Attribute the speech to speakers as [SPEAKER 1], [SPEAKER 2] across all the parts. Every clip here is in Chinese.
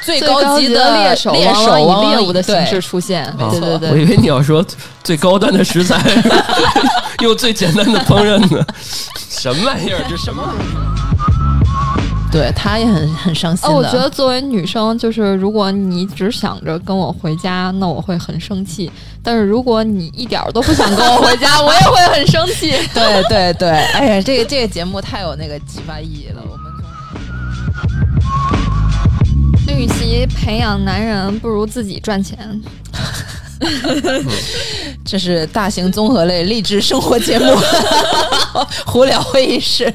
[SPEAKER 1] 最
[SPEAKER 2] 最高
[SPEAKER 1] 级
[SPEAKER 2] 级的
[SPEAKER 1] 猎
[SPEAKER 2] 猎
[SPEAKER 1] 手
[SPEAKER 2] 手
[SPEAKER 1] 往
[SPEAKER 2] 往
[SPEAKER 1] 往
[SPEAKER 2] 往
[SPEAKER 1] 以
[SPEAKER 2] 以
[SPEAKER 1] 猎
[SPEAKER 2] 猎
[SPEAKER 1] 物
[SPEAKER 2] 物的
[SPEAKER 1] 的形
[SPEAKER 2] 形
[SPEAKER 1] 式
[SPEAKER 2] 式出现，没
[SPEAKER 1] 没啊
[SPEAKER 2] 错。
[SPEAKER 1] 错
[SPEAKER 3] 我以为你要说最高端的食材， 用最简单的烹饪呢，什么玩意儿？这什么玩意儿？
[SPEAKER 2] 对，他也很很伤心
[SPEAKER 1] 哦，
[SPEAKER 2] 的。
[SPEAKER 1] 我觉得作为女生，就是如果你只想着跟我回家，那我会很生气；但是如果你一点儿都不想跟我回家， 我也会很生气。
[SPEAKER 2] 对对对，哎呀，这个这个节目太有那个启发意义了。我们
[SPEAKER 1] 与其培养男人，不如自己赚钱。
[SPEAKER 2] 这是大型综合类励志生活节目， 胡聊会议室。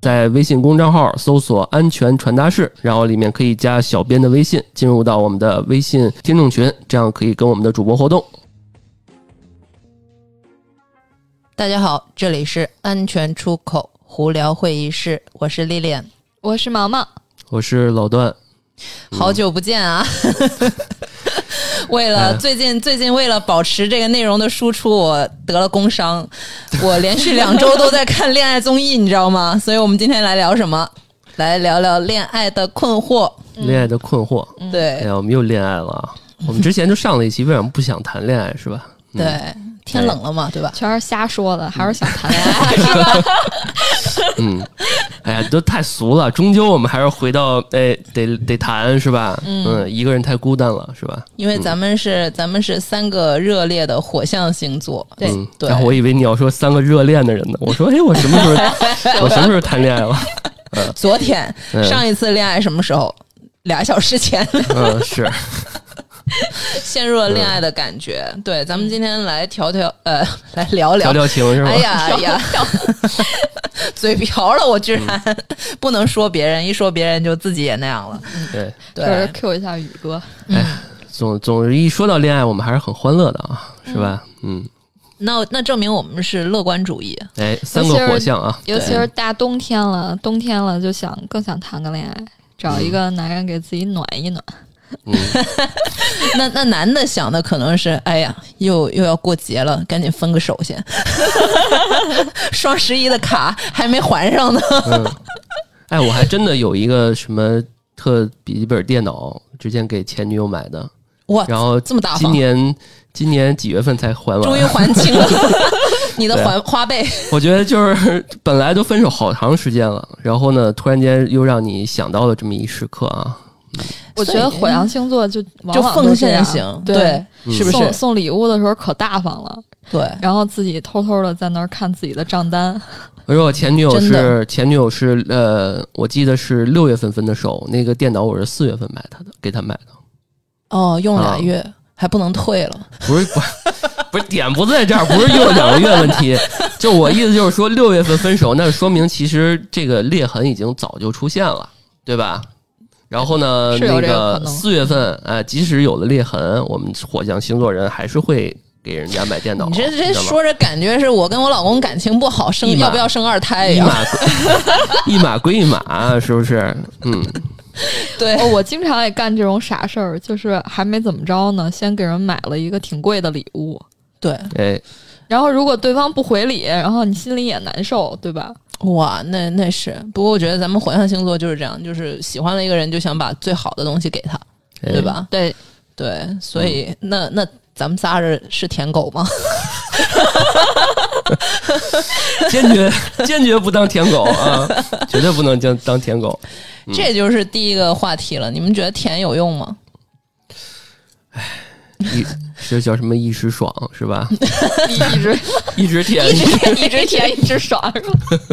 [SPEAKER 3] 在微信公众号搜索“安全传达室”，然后里面可以加小编的微信，进入到我们的微信听众群，这样可以跟我们的主播互动。
[SPEAKER 4] 大家好，这里是安全出口胡聊会议室，我是丽丽，
[SPEAKER 1] 我是毛毛，
[SPEAKER 3] 我是老段，
[SPEAKER 4] 好久不见 啊！为
[SPEAKER 3] 哎
[SPEAKER 4] 了最近最近为了保持这个内容的输出，我得了工伤，我连续两周都在看恋爱综艺，你知道吗？所以我们今天来聊什么？来聊聊恋爱的困惑。
[SPEAKER 3] 恋爱的困惑。嗯哎
[SPEAKER 4] 对
[SPEAKER 3] 呀，我们又恋爱了啊！我们之前就上了一期，为什么不想谈恋爱是吧？嗯
[SPEAKER 4] 对，天冷了嘛，对吧？
[SPEAKER 1] 全是瞎说的，还是想谈恋 爱。
[SPEAKER 3] 嗯，哎呀，都太俗了。终究我们还是回到哎，得得谈是吧？嗯，一个人太孤单了是吧？
[SPEAKER 4] 因为咱们是、咱们是三个热烈的火象星座，对
[SPEAKER 3] 嗯，
[SPEAKER 4] 对
[SPEAKER 3] 然后我以为你要说三个热恋的人呢，我说哎，我什么时候我什么时候谈恋爱 了？
[SPEAKER 4] 昨天
[SPEAKER 3] 嗯
[SPEAKER 4] 上一次恋爱什么时候？俩小时 前
[SPEAKER 3] 嗯，是
[SPEAKER 4] 陷入了恋爱的感觉。对，咱们今天来调调，呃，来聊聊。
[SPEAKER 3] 嗯调调情是吧？
[SPEAKER 4] 哎呀哎 呀，嘴瓢了，我居然、不能说别人，一说别人就自己也那样了。
[SPEAKER 3] 对，
[SPEAKER 1] 就是
[SPEAKER 4] 对，
[SPEAKER 1] Q 一下宇哥，
[SPEAKER 3] 总总之一说到恋爱，我们还是很欢乐的啊，是吧？嗯，
[SPEAKER 4] 那那证明我们是乐观主义。
[SPEAKER 3] 哎，三个火象啊，
[SPEAKER 1] 尤其是大冬天了，冬天了就想更想谈个恋爱，找一个男人给自己暖一暖。
[SPEAKER 3] 嗯，
[SPEAKER 4] 那那男的想的可能是，哎呀，又又要过节了，赶紧分个手 先。双十一的卡还没还上呢。
[SPEAKER 3] 嗯，哎，我还真的有一个什么特笔记本电脑，之前给前女友买的，
[SPEAKER 4] 哇，
[SPEAKER 3] 然后
[SPEAKER 4] 哦这么大
[SPEAKER 3] 今
[SPEAKER 4] 方，
[SPEAKER 3] 年今年几月份才还
[SPEAKER 4] 终
[SPEAKER 3] 完
[SPEAKER 4] 于？还清 了你的
[SPEAKER 3] 对
[SPEAKER 4] 还花呗。
[SPEAKER 3] 我觉得就是本来都分手好长时间了，然后呢，突然间又让你想到了这么一时刻啊，
[SPEAKER 1] 我觉得火象星座就往
[SPEAKER 4] 就
[SPEAKER 1] 往
[SPEAKER 4] 奉
[SPEAKER 1] 都这
[SPEAKER 4] 献
[SPEAKER 1] 样
[SPEAKER 4] 型，
[SPEAKER 1] 对，
[SPEAKER 4] 是不
[SPEAKER 1] 送
[SPEAKER 4] 是？
[SPEAKER 1] 送礼物的时候可大方了，
[SPEAKER 4] 对，
[SPEAKER 1] 然后自己偷偷的在那儿看自己的账单。
[SPEAKER 3] 我说我前女友
[SPEAKER 4] 真的
[SPEAKER 3] 是前女友是呃，我记得是六月份分的手，那个电脑我是四月份买她的，给她买的，
[SPEAKER 4] 哦，用
[SPEAKER 3] 啊
[SPEAKER 4] 俩月、还不能退了，
[SPEAKER 3] 不是不是不是点不在这儿，不是用两个月问 题，就我意思就是说六月份分手，那说明其实这个裂痕已经早就出现了，对吧？然后呢，
[SPEAKER 1] 是有
[SPEAKER 3] 那
[SPEAKER 1] 这个可能
[SPEAKER 3] 四月份，哎、即使有了裂痕，我们火象星座人还是会给人家买电脑。
[SPEAKER 4] 你这这
[SPEAKER 3] 知道吗
[SPEAKER 4] 说着感觉是我跟我老公感情不好，生
[SPEAKER 3] 一码
[SPEAKER 4] 要不要生二胎
[SPEAKER 3] 一
[SPEAKER 4] 哎呀？
[SPEAKER 3] 码归一码归 一码，是不是？嗯，
[SPEAKER 4] 对，
[SPEAKER 1] 哦，我经常也干这种傻事儿，就是还没怎么着呢，先给人买了一个挺贵的礼物，
[SPEAKER 4] 对，
[SPEAKER 3] 哎，
[SPEAKER 1] 然后如果对方不回礼，然后你心里也难受，对吧？
[SPEAKER 4] 哇，那那是。不过我觉得咱们火象星座就是这样，就是喜欢了一个人就想把最好的东西给他，
[SPEAKER 3] 哎
[SPEAKER 4] 对吧？
[SPEAKER 1] 对，
[SPEAKER 4] 对，所以、
[SPEAKER 3] 嗯
[SPEAKER 4] 那那咱们仨是是舔狗吗？
[SPEAKER 3] 坚决坚决不当舔 狗啊，绝对不能当当舔狗。
[SPEAKER 4] 这就是第一个话题了。你们觉得舔有用 吗？
[SPEAKER 3] 一这叫什么一时爽是吧？
[SPEAKER 1] 一一直
[SPEAKER 3] 一直 舔，
[SPEAKER 1] 一直甜一直爽，是吧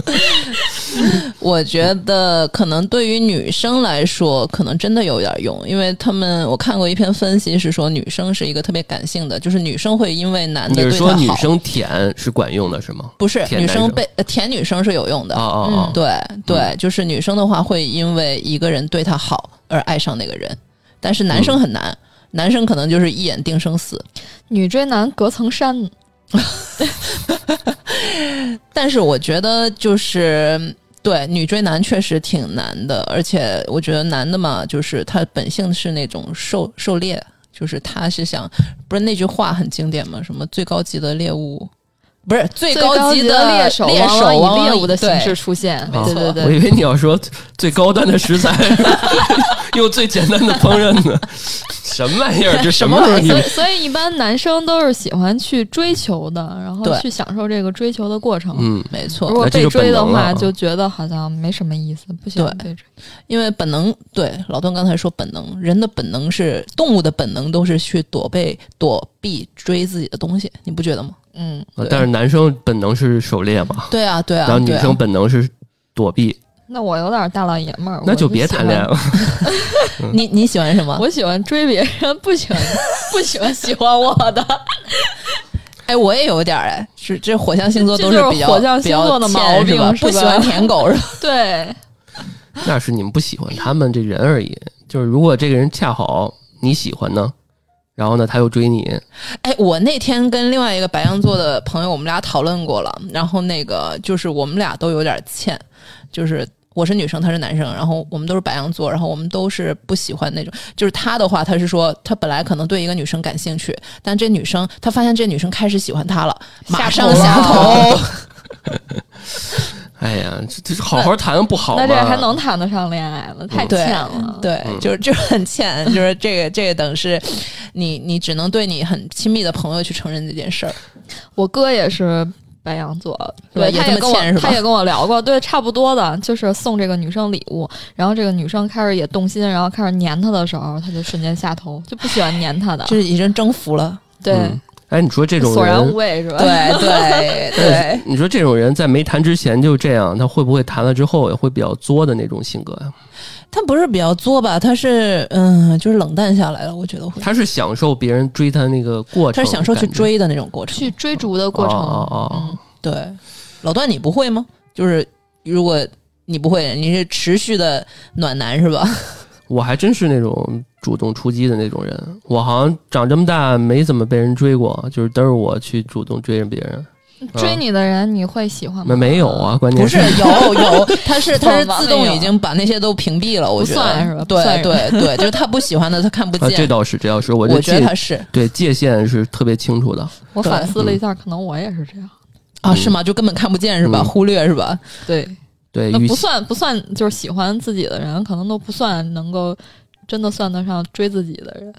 [SPEAKER 4] 我觉得可能对于女生来说，可能真的有点用，因为他们我看过一篇分析是说，女生是一个特别感性的，就是女生会因为男
[SPEAKER 3] 你
[SPEAKER 4] 的
[SPEAKER 3] 是
[SPEAKER 4] 对
[SPEAKER 3] 说
[SPEAKER 4] 她
[SPEAKER 3] 女
[SPEAKER 4] 好，
[SPEAKER 3] 生舔是管用的是吗？
[SPEAKER 4] 不是
[SPEAKER 3] 舔
[SPEAKER 4] 女
[SPEAKER 3] 男
[SPEAKER 4] 生
[SPEAKER 3] 生
[SPEAKER 4] 被呃舔女生是有用的。嗯
[SPEAKER 3] 哦哦
[SPEAKER 4] 对对，就是女生的话会因为一个人对她好而爱上那个人，但是男生很难，男生可能就是一眼定生死。
[SPEAKER 1] 女追男隔层山，
[SPEAKER 4] 但是我觉得就是对女追男确实挺难的，而且我觉得男的嘛，就是他本性是那种狩狩猎，就是他是想，不是那句话很经典嘛，什么最高级的猎物不是最
[SPEAKER 1] 最高
[SPEAKER 4] 级
[SPEAKER 1] 的
[SPEAKER 4] 猎
[SPEAKER 1] 手
[SPEAKER 4] 猎
[SPEAKER 1] 往往
[SPEAKER 4] 往
[SPEAKER 1] 以
[SPEAKER 4] 往
[SPEAKER 1] 猎物的形式
[SPEAKER 4] 对
[SPEAKER 1] 出现，
[SPEAKER 3] 啊
[SPEAKER 4] 对对对
[SPEAKER 3] 我以为你要说最高端的食材， 用最简单的烹饪呢， 什么玩意 儿？这什么时候你
[SPEAKER 1] 所以所以一般男生都是喜欢去追求的，然后
[SPEAKER 4] 对
[SPEAKER 1] 去享受这个追求的过程。
[SPEAKER 3] 嗯，
[SPEAKER 4] 没
[SPEAKER 1] 如
[SPEAKER 4] 错，
[SPEAKER 1] 果
[SPEAKER 3] 哎这
[SPEAKER 1] 被
[SPEAKER 3] 就本
[SPEAKER 1] 追的
[SPEAKER 3] 能了
[SPEAKER 1] 话，
[SPEAKER 3] 啊
[SPEAKER 1] 就觉得好像没什么意思，不喜欢
[SPEAKER 4] 对
[SPEAKER 1] 被追。
[SPEAKER 4] 因为本能对老段刚才说本能，人的本能是动物的本能都是去躲避、躲避追自己的东西，你不觉得吗？
[SPEAKER 1] 嗯，
[SPEAKER 3] 啊但是男生本能是狩猎嘛，
[SPEAKER 4] 对啊，对啊，
[SPEAKER 3] 然后女
[SPEAKER 4] 对啊
[SPEAKER 3] 生本能是躲避，
[SPEAKER 1] 那我有点大老爷们儿，
[SPEAKER 3] 那
[SPEAKER 1] 我
[SPEAKER 3] 就别
[SPEAKER 1] 喜
[SPEAKER 3] 谈恋爱
[SPEAKER 1] 欢
[SPEAKER 3] 了。
[SPEAKER 4] 你你喜欢什么？
[SPEAKER 1] 我喜欢追别人，不 喜欢不喜欢喜欢我的，
[SPEAKER 4] 哎，我也有点儿哎，是这火象星座
[SPEAKER 1] 这
[SPEAKER 4] 都
[SPEAKER 1] 就是
[SPEAKER 4] 比较
[SPEAKER 1] 火象星座的
[SPEAKER 4] 比较
[SPEAKER 1] 毛
[SPEAKER 4] 欠是
[SPEAKER 1] 病
[SPEAKER 4] 吧
[SPEAKER 1] 是
[SPEAKER 4] 不
[SPEAKER 1] 吧
[SPEAKER 4] 喜欢舔狗是吧？
[SPEAKER 1] 对，
[SPEAKER 3] 那是你们不喜欢他们这人而已。就是如果这个人恰好你喜欢呢，然后呢他又追你，
[SPEAKER 4] 哎，我那天跟另外一个白羊座的朋友，我们俩讨论过了，然后那个就是我们俩都有点欠，就是。我是女生，他是男生，然后我们都是白羊座，然后我们都是不喜欢那种。就是他的话，他是说他本来可能对一个女生感兴趣，但这女生他发现这女生开始喜欢他了，马上下
[SPEAKER 1] 下头
[SPEAKER 4] 头。
[SPEAKER 3] 哎呀，这这是好好谈不好吗？
[SPEAKER 1] 那这还能谈得上恋爱了？太
[SPEAKER 4] 对
[SPEAKER 1] 欠了。
[SPEAKER 4] 对，就是就是很欠，就是这个这个等是你你只能对你很亲密的朋友去承认这件事儿。
[SPEAKER 1] 我哥也是白羊座，对，
[SPEAKER 4] 对也
[SPEAKER 1] 他
[SPEAKER 4] 这么
[SPEAKER 1] 跟我
[SPEAKER 4] 欠是吧
[SPEAKER 1] 他也跟我聊过，对，差不多的，就是送这个女生礼物，然后这个女生开始也动心，然后开始粘他的时候，他就瞬间下头，就不喜欢粘他的，
[SPEAKER 4] 就是已经征服了。
[SPEAKER 1] 对，
[SPEAKER 3] 嗯哎，你说这种
[SPEAKER 1] 索然无
[SPEAKER 3] 人，
[SPEAKER 1] 味是吧？
[SPEAKER 4] 对 对对，
[SPEAKER 3] 你说这种人在没谈之前就这样，他会不会谈了之后也会比较作的那种性格呀？
[SPEAKER 4] 他不是比较作吧？他是嗯，就是冷淡下来了。我觉得会，
[SPEAKER 3] 他是享受别人追他那个过程，
[SPEAKER 4] 他是享受去
[SPEAKER 3] 感觉
[SPEAKER 4] 追的那种过程。
[SPEAKER 1] 去追逐的过程，
[SPEAKER 3] 哦哦哦
[SPEAKER 1] 嗯，
[SPEAKER 4] 对，老段你不会吗？就是如果你不会，你是持续的暖男是吧？
[SPEAKER 3] 我还真是那种主动出击的那种人，我好像长这么大没怎么被人追过，就是都是我去主动追着别人。
[SPEAKER 1] 追你的人你会喜欢
[SPEAKER 3] 没
[SPEAKER 1] 吗？
[SPEAKER 3] 哦没有啊，关键
[SPEAKER 4] 不是，有 有，他是他是自
[SPEAKER 1] 没
[SPEAKER 4] 动
[SPEAKER 1] 有
[SPEAKER 4] 已经把那些都屏蔽了，我觉得
[SPEAKER 1] 不算是吧不算
[SPEAKER 4] 对
[SPEAKER 1] 是
[SPEAKER 4] 对对， 就是他不喜欢的他看不
[SPEAKER 3] 啊，这
[SPEAKER 4] 见。
[SPEAKER 3] 倒是，这倒是，我
[SPEAKER 4] 呃我
[SPEAKER 3] 这
[SPEAKER 4] 觉得
[SPEAKER 3] 界
[SPEAKER 4] 他是
[SPEAKER 3] 对界限是特别清楚的。
[SPEAKER 1] 我反思
[SPEAKER 3] 嗯
[SPEAKER 1] 了一下，可能我也是这样。
[SPEAKER 4] 啊，是吗？就根本看不见是吧？
[SPEAKER 3] 嗯
[SPEAKER 4] 忽略是吧？
[SPEAKER 1] 对，
[SPEAKER 4] 呃
[SPEAKER 3] 对，
[SPEAKER 1] 那
[SPEAKER 3] 与
[SPEAKER 1] 不
[SPEAKER 3] 其
[SPEAKER 1] 算不算，就是喜欢自己的人，可能都不算能够真的算得上追自己的人。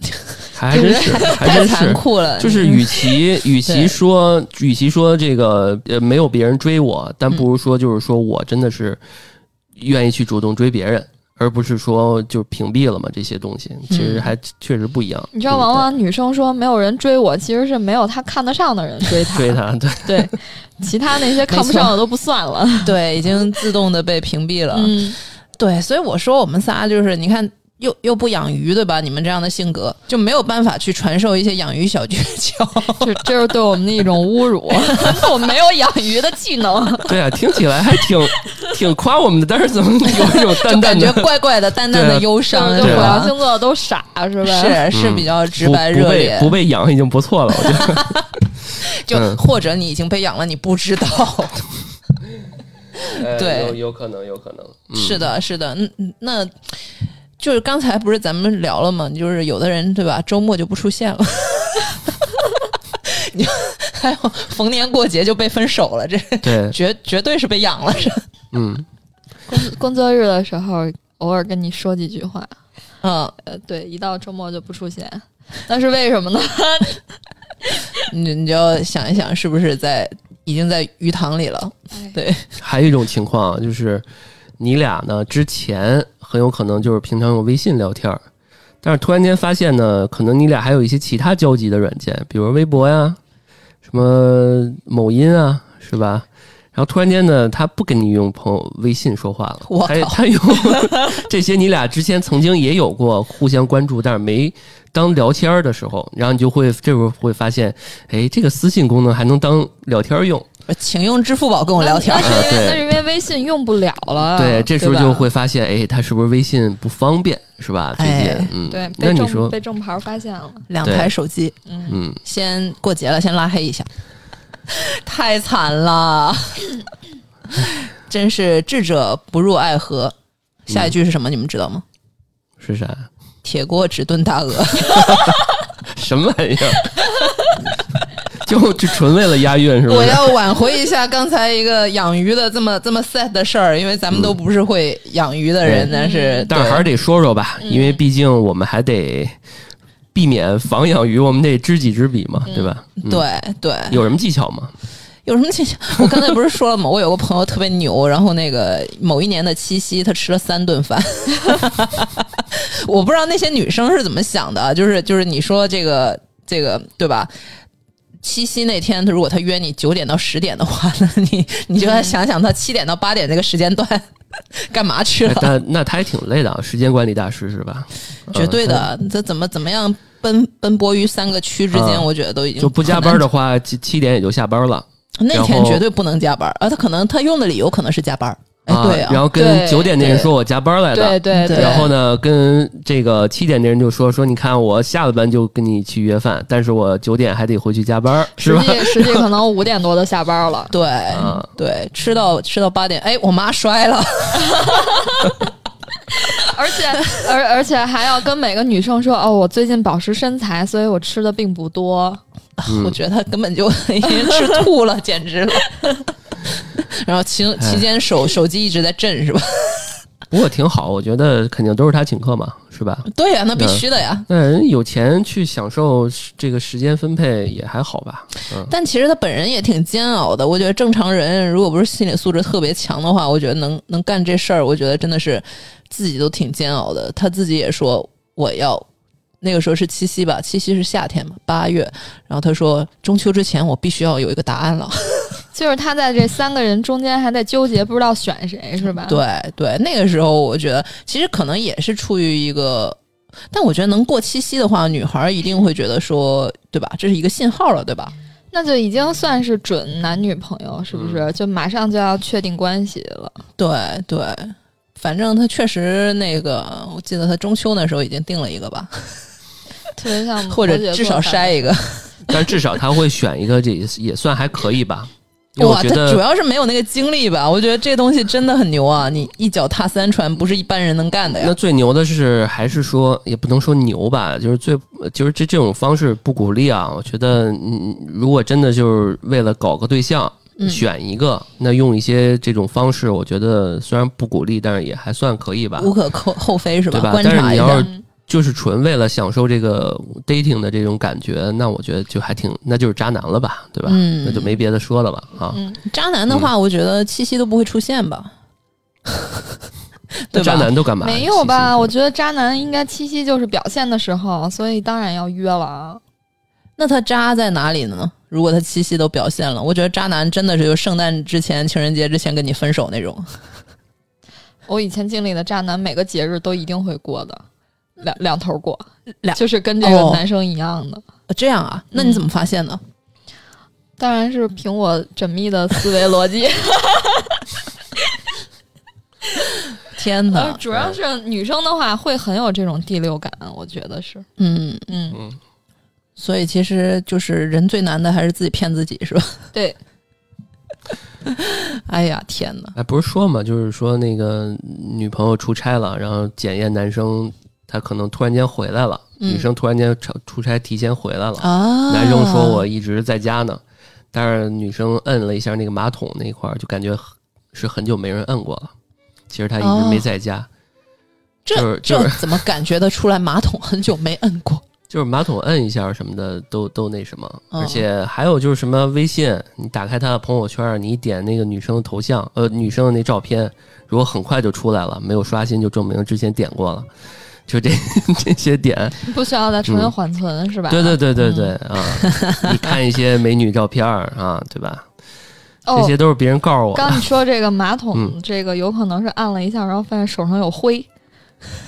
[SPEAKER 3] 还真是，还
[SPEAKER 4] 太
[SPEAKER 3] 真
[SPEAKER 4] 残
[SPEAKER 3] 是。
[SPEAKER 4] 酷了。嗯
[SPEAKER 3] 就是与其 与其
[SPEAKER 4] 对
[SPEAKER 3] 说与其说这个呃没有别人追我，但
[SPEAKER 4] 嗯
[SPEAKER 3] 不如说就是说我真的是愿意去主动追别人，而不是说就屏蔽了嘛这些东西，其实
[SPEAKER 4] 嗯
[SPEAKER 3] 还确实不一样。
[SPEAKER 1] 你知道，往往女生说没有人追我，其实是没有她看得上的人追她。
[SPEAKER 3] 追他，对，
[SPEAKER 1] 对，其他那些看不上的都不算了。
[SPEAKER 4] 对，已经自动的被屏蔽 了。
[SPEAKER 1] 嗯，
[SPEAKER 4] 对，所以我说我们仨就是，你看又又不养鱼，对吧？你们这样的性格就没有办法去传授一些养鱼小诀窍。
[SPEAKER 1] 这这是对我们的一种侮辱。 我没有养鱼的技 能，
[SPEAKER 3] 对啊，听起来还挺挺夸我们的，但是怎么有一种淡
[SPEAKER 4] 感
[SPEAKER 3] 淡
[SPEAKER 4] 觉
[SPEAKER 3] 的
[SPEAKER 4] 怪怪的、淡淡
[SPEAKER 3] 对
[SPEAKER 4] 的
[SPEAKER 3] 啊
[SPEAKER 4] 忧
[SPEAKER 1] 就
[SPEAKER 4] 伤，
[SPEAKER 1] 是
[SPEAKER 4] 对
[SPEAKER 1] 跟
[SPEAKER 3] 对
[SPEAKER 1] 火
[SPEAKER 3] 啊
[SPEAKER 1] 象
[SPEAKER 3] 嗯
[SPEAKER 4] 吧？
[SPEAKER 1] 星座都傻是吧？
[SPEAKER 4] 是是比较直白
[SPEAKER 3] 不不
[SPEAKER 4] 热
[SPEAKER 3] 被
[SPEAKER 4] 烈，
[SPEAKER 3] 不被养已经不错了，我觉得。
[SPEAKER 4] 就
[SPEAKER 3] 嗯
[SPEAKER 4] 或者你已经被养了，你不知道。
[SPEAKER 3] 呃
[SPEAKER 4] 对
[SPEAKER 3] 有有可能，有可能。嗯、
[SPEAKER 4] 是的，是的，嗯嗯，那就是刚才不是咱们聊了吗？就是有的人对吧，周末就不出现了， 你 还有逢年过节就被分手了，这
[SPEAKER 3] 对，
[SPEAKER 4] 绝绝对是被养了，是吧
[SPEAKER 3] 嗯，
[SPEAKER 1] 工工作日的时候，偶尔跟你说几句话。
[SPEAKER 4] 嗯，
[SPEAKER 1] 呃，对，一到周末就不出现，那是为什么呢？
[SPEAKER 4] 你你就要想一想，是不是在已经在鱼塘里了？
[SPEAKER 1] 哎
[SPEAKER 4] 对，
[SPEAKER 3] 还有一种情况啊就是，你俩呢之前很有可能就是平常用微信聊天儿，但是突然间发现呢，可能你俩还有一些其他交集的软件，比如微博呀、什么某音啊，是吧？然后突然间呢，他不跟你用朋友微信说话了
[SPEAKER 4] 我，
[SPEAKER 3] 他他用 这些你俩之前曾经也有过互相关注，但是没当聊天儿的时候，然后你就会这时候会发现，哎，这个私信功能还能当聊天儿用。
[SPEAKER 4] 请用支付宝跟我聊天
[SPEAKER 1] 那
[SPEAKER 4] 儿。
[SPEAKER 1] 是因为那是因为
[SPEAKER 3] 对
[SPEAKER 1] 微信用不了
[SPEAKER 4] 嗯
[SPEAKER 1] 了。
[SPEAKER 3] 对，这时候
[SPEAKER 1] 吧
[SPEAKER 3] 就会发现，哎，他是不是微信不方便，是吧？最近，
[SPEAKER 4] 哎
[SPEAKER 3] 嗯，
[SPEAKER 1] 对
[SPEAKER 3] 那
[SPEAKER 1] 被
[SPEAKER 3] 你
[SPEAKER 1] 正
[SPEAKER 3] 说，
[SPEAKER 1] 被正牌发现了。
[SPEAKER 4] 两
[SPEAKER 3] 对
[SPEAKER 4] 台手机，
[SPEAKER 3] 嗯，
[SPEAKER 4] 先过节了，先拉黑一下， 太惨 了，真是智者不入爱河。下一
[SPEAKER 3] 嗯
[SPEAKER 4] 句是什么？你们知道吗？
[SPEAKER 3] 是啥？
[SPEAKER 4] 铁锅只炖大鹅，
[SPEAKER 3] 什么玩意儿？ 就就纯为了押韵是吧？
[SPEAKER 4] 我要挽回一下刚才一个养鱼的这么这么 sad 的事儿，因为咱们都不是会养鱼的人，
[SPEAKER 3] 嗯
[SPEAKER 4] 但是
[SPEAKER 3] 但是还是得说说
[SPEAKER 4] 嗯
[SPEAKER 3] 吧，因为毕竟我们还得避免防养鱼，我们得知己知彼嘛，对吧？嗯
[SPEAKER 4] 对对，
[SPEAKER 3] 有什么技巧 吗？
[SPEAKER 4] 有什么倾向？我刚才不是说了吗？ 我有个朋友特别牛，然后那个某一年的七夕，他吃了三顿饭。 我不知道那些女生是怎么想的啊，就是就是你说这个这个对吧？七夕那天，他如果他约你九点到十点的话， 那你你就要想想他七点到八点这个时间段 干嘛去
[SPEAKER 3] 哎
[SPEAKER 4] 了？
[SPEAKER 3] 但那他也挺累的啊，时间管理大师是吧？嗯
[SPEAKER 4] 绝对的，这怎么怎么样奔奔波于三个区之间，
[SPEAKER 3] 嗯
[SPEAKER 4] 我觉得都已
[SPEAKER 3] 他
[SPEAKER 4] 经
[SPEAKER 3] 就不加
[SPEAKER 4] 很难
[SPEAKER 3] 班的话，七七点也就下班了。
[SPEAKER 4] 那
[SPEAKER 3] 然
[SPEAKER 4] 天
[SPEAKER 3] 后
[SPEAKER 4] 绝对不能加班儿啊！他可能他用的理由可能是加班儿，哎，对啊，
[SPEAKER 3] 然后跟
[SPEAKER 1] 对
[SPEAKER 3] 九点那人说我加班来
[SPEAKER 1] 对
[SPEAKER 3] 的，嗯
[SPEAKER 1] 对
[SPEAKER 4] 对。
[SPEAKER 3] 然后呢，跟这个七点那人就说说，你看我下了班就跟你去约饭，但是我九点还得回去加班，是
[SPEAKER 1] 实
[SPEAKER 3] 吧？
[SPEAKER 1] 际实际可能五点多就下班了
[SPEAKER 4] 对、
[SPEAKER 3] 啊
[SPEAKER 4] 对，吃到吃到八点，哎，我妈摔了，
[SPEAKER 1] 而且而而且还要跟每个女生说哦，我最近保持身材，所以我吃的并不多。
[SPEAKER 4] 我觉得她根本就 已经吃吐了，简直了。 然后期期间手手机一直在震是吧？
[SPEAKER 3] 不过挺好，我觉得肯定都是他请客嘛，是吧？
[SPEAKER 4] 对呀、那必须的呀。
[SPEAKER 3] 那人有钱去享受这个时间分配也还好吧？嗯，
[SPEAKER 4] 但其实她本人也挺煎熬的。我觉得正常人如果不是心理素质特别强的话，我觉得能能干这事儿，我觉得真的是自己都挺煎熬的。她自己也说我要。那个时候是七夕吧，七夕是夏天嘛，八月。然后她说中秋之前我必须要有一个答案了。
[SPEAKER 1] 就是他在这三个人中间还在纠结，不知道选谁是吧？，
[SPEAKER 4] 对对，那个时候我觉得其实可能也是出于一个，但我觉得能过七夕的话，女孩儿一定会觉得说，对吧？这是一个信号了，对吧？
[SPEAKER 1] 那就已经算是准男女朋友，是不是？就马上就要确定关系了。
[SPEAKER 4] 对对。反正她确实那个，我记得她中秋那时候已经定了一个吧，
[SPEAKER 1] 特别像
[SPEAKER 4] 或
[SPEAKER 1] 摩羯
[SPEAKER 4] 者
[SPEAKER 1] 座
[SPEAKER 4] 至少
[SPEAKER 1] 反正
[SPEAKER 4] 筛一个。
[SPEAKER 3] 但至少他会选一个，这也也算还可以吧？因为我
[SPEAKER 4] 哇，
[SPEAKER 3] 觉
[SPEAKER 4] 她主
[SPEAKER 3] 得
[SPEAKER 4] 要是没有那个精力吧？我觉得这东西真的很牛啊！你一脚踏三船，不是一般人能干的呀
[SPEAKER 3] 那。最牛的是还是说也不能说牛吧，就是最就是这这种方式不鼓励啊。我觉得嗯，如果真的就是为了搞个对象。
[SPEAKER 4] 嗯
[SPEAKER 3] 选一个，那用一些这种方式，我觉得虽然不鼓励，但是也还算可以吧。
[SPEAKER 4] 无可厚厚非是吧？
[SPEAKER 3] 对吧
[SPEAKER 4] 观
[SPEAKER 3] 但是
[SPEAKER 4] 察
[SPEAKER 3] 你
[SPEAKER 4] 一
[SPEAKER 3] 要
[SPEAKER 4] 下
[SPEAKER 3] 是，就是纯为了享受这个 dating 的这种感觉，那我觉得就还挺，那就是渣男了吧，对吧？
[SPEAKER 4] 嗯
[SPEAKER 3] 那就没别的说了吧，啊，
[SPEAKER 4] 渣男的话，我觉得七夕都不会出现吧？
[SPEAKER 3] 那
[SPEAKER 4] 对吧
[SPEAKER 3] 渣男都干嘛？
[SPEAKER 1] 没有
[SPEAKER 3] 其实
[SPEAKER 1] 吧？我觉得渣男应该七夕就是表现的时候，所以当然要约了啊。
[SPEAKER 4] 那他渣在哪里呢？如果他七夕都表现了，我觉得渣男真的是就圣诞之前、情人节之前跟你分手那种。
[SPEAKER 1] 我以前经历的渣男，每个节日都一定会过的，两两头过，
[SPEAKER 4] 两
[SPEAKER 1] 就是跟这
[SPEAKER 4] 哦
[SPEAKER 1] 个男生一样的。
[SPEAKER 4] 呃这样啊？那你怎么发现的？
[SPEAKER 1] 当然是凭我缜密 的思维逻辑，
[SPEAKER 4] 天
[SPEAKER 1] 呃
[SPEAKER 4] 哪！
[SPEAKER 1] 主要是女生的话会很有这种第六感，我觉得是。
[SPEAKER 4] 嗯，
[SPEAKER 1] 嗯，
[SPEAKER 4] 所以其实就是人最难的还是自己骗自己，是吧？
[SPEAKER 1] 对，
[SPEAKER 4] 哎呀，天哪！
[SPEAKER 3] 哎，不是说嘛，就是说那个女朋友出差了，然后检验男生，他可能突然间回来了，
[SPEAKER 4] 嗯
[SPEAKER 3] 女生突然间出出差提前回来了，
[SPEAKER 4] 啊，
[SPEAKER 3] 男生说我一直在家呢，但是女生摁了一下那个马桶那一块儿，就感觉很是很久没人摁过了，其实他一直没
[SPEAKER 4] 哦
[SPEAKER 3] 在家。
[SPEAKER 4] 这、
[SPEAKER 3] 就是就
[SPEAKER 4] 这
[SPEAKER 3] 是
[SPEAKER 4] 怎么感觉得出来？马桶很久没摁过，
[SPEAKER 3] 就是马桶摁一下什么的都都那什么，
[SPEAKER 4] 嗯
[SPEAKER 3] 而且还有就是什么微信，你打开他的朋友圈，你一点那个女生的头像，呃，女生的那照片，如果很快就出来了，没有刷新就证明之前点过了，就这 这些点，
[SPEAKER 1] 不需要再重新缓存、是吧？
[SPEAKER 3] 对对对 对对啊，你看一些美女照片儿啊，对吧？这
[SPEAKER 1] 哦
[SPEAKER 3] 些，都是别人告诉我的
[SPEAKER 1] 刚你说这个马桶
[SPEAKER 3] 嗯，
[SPEAKER 1] 这个有可能是按了一下，然后发现手上有灰。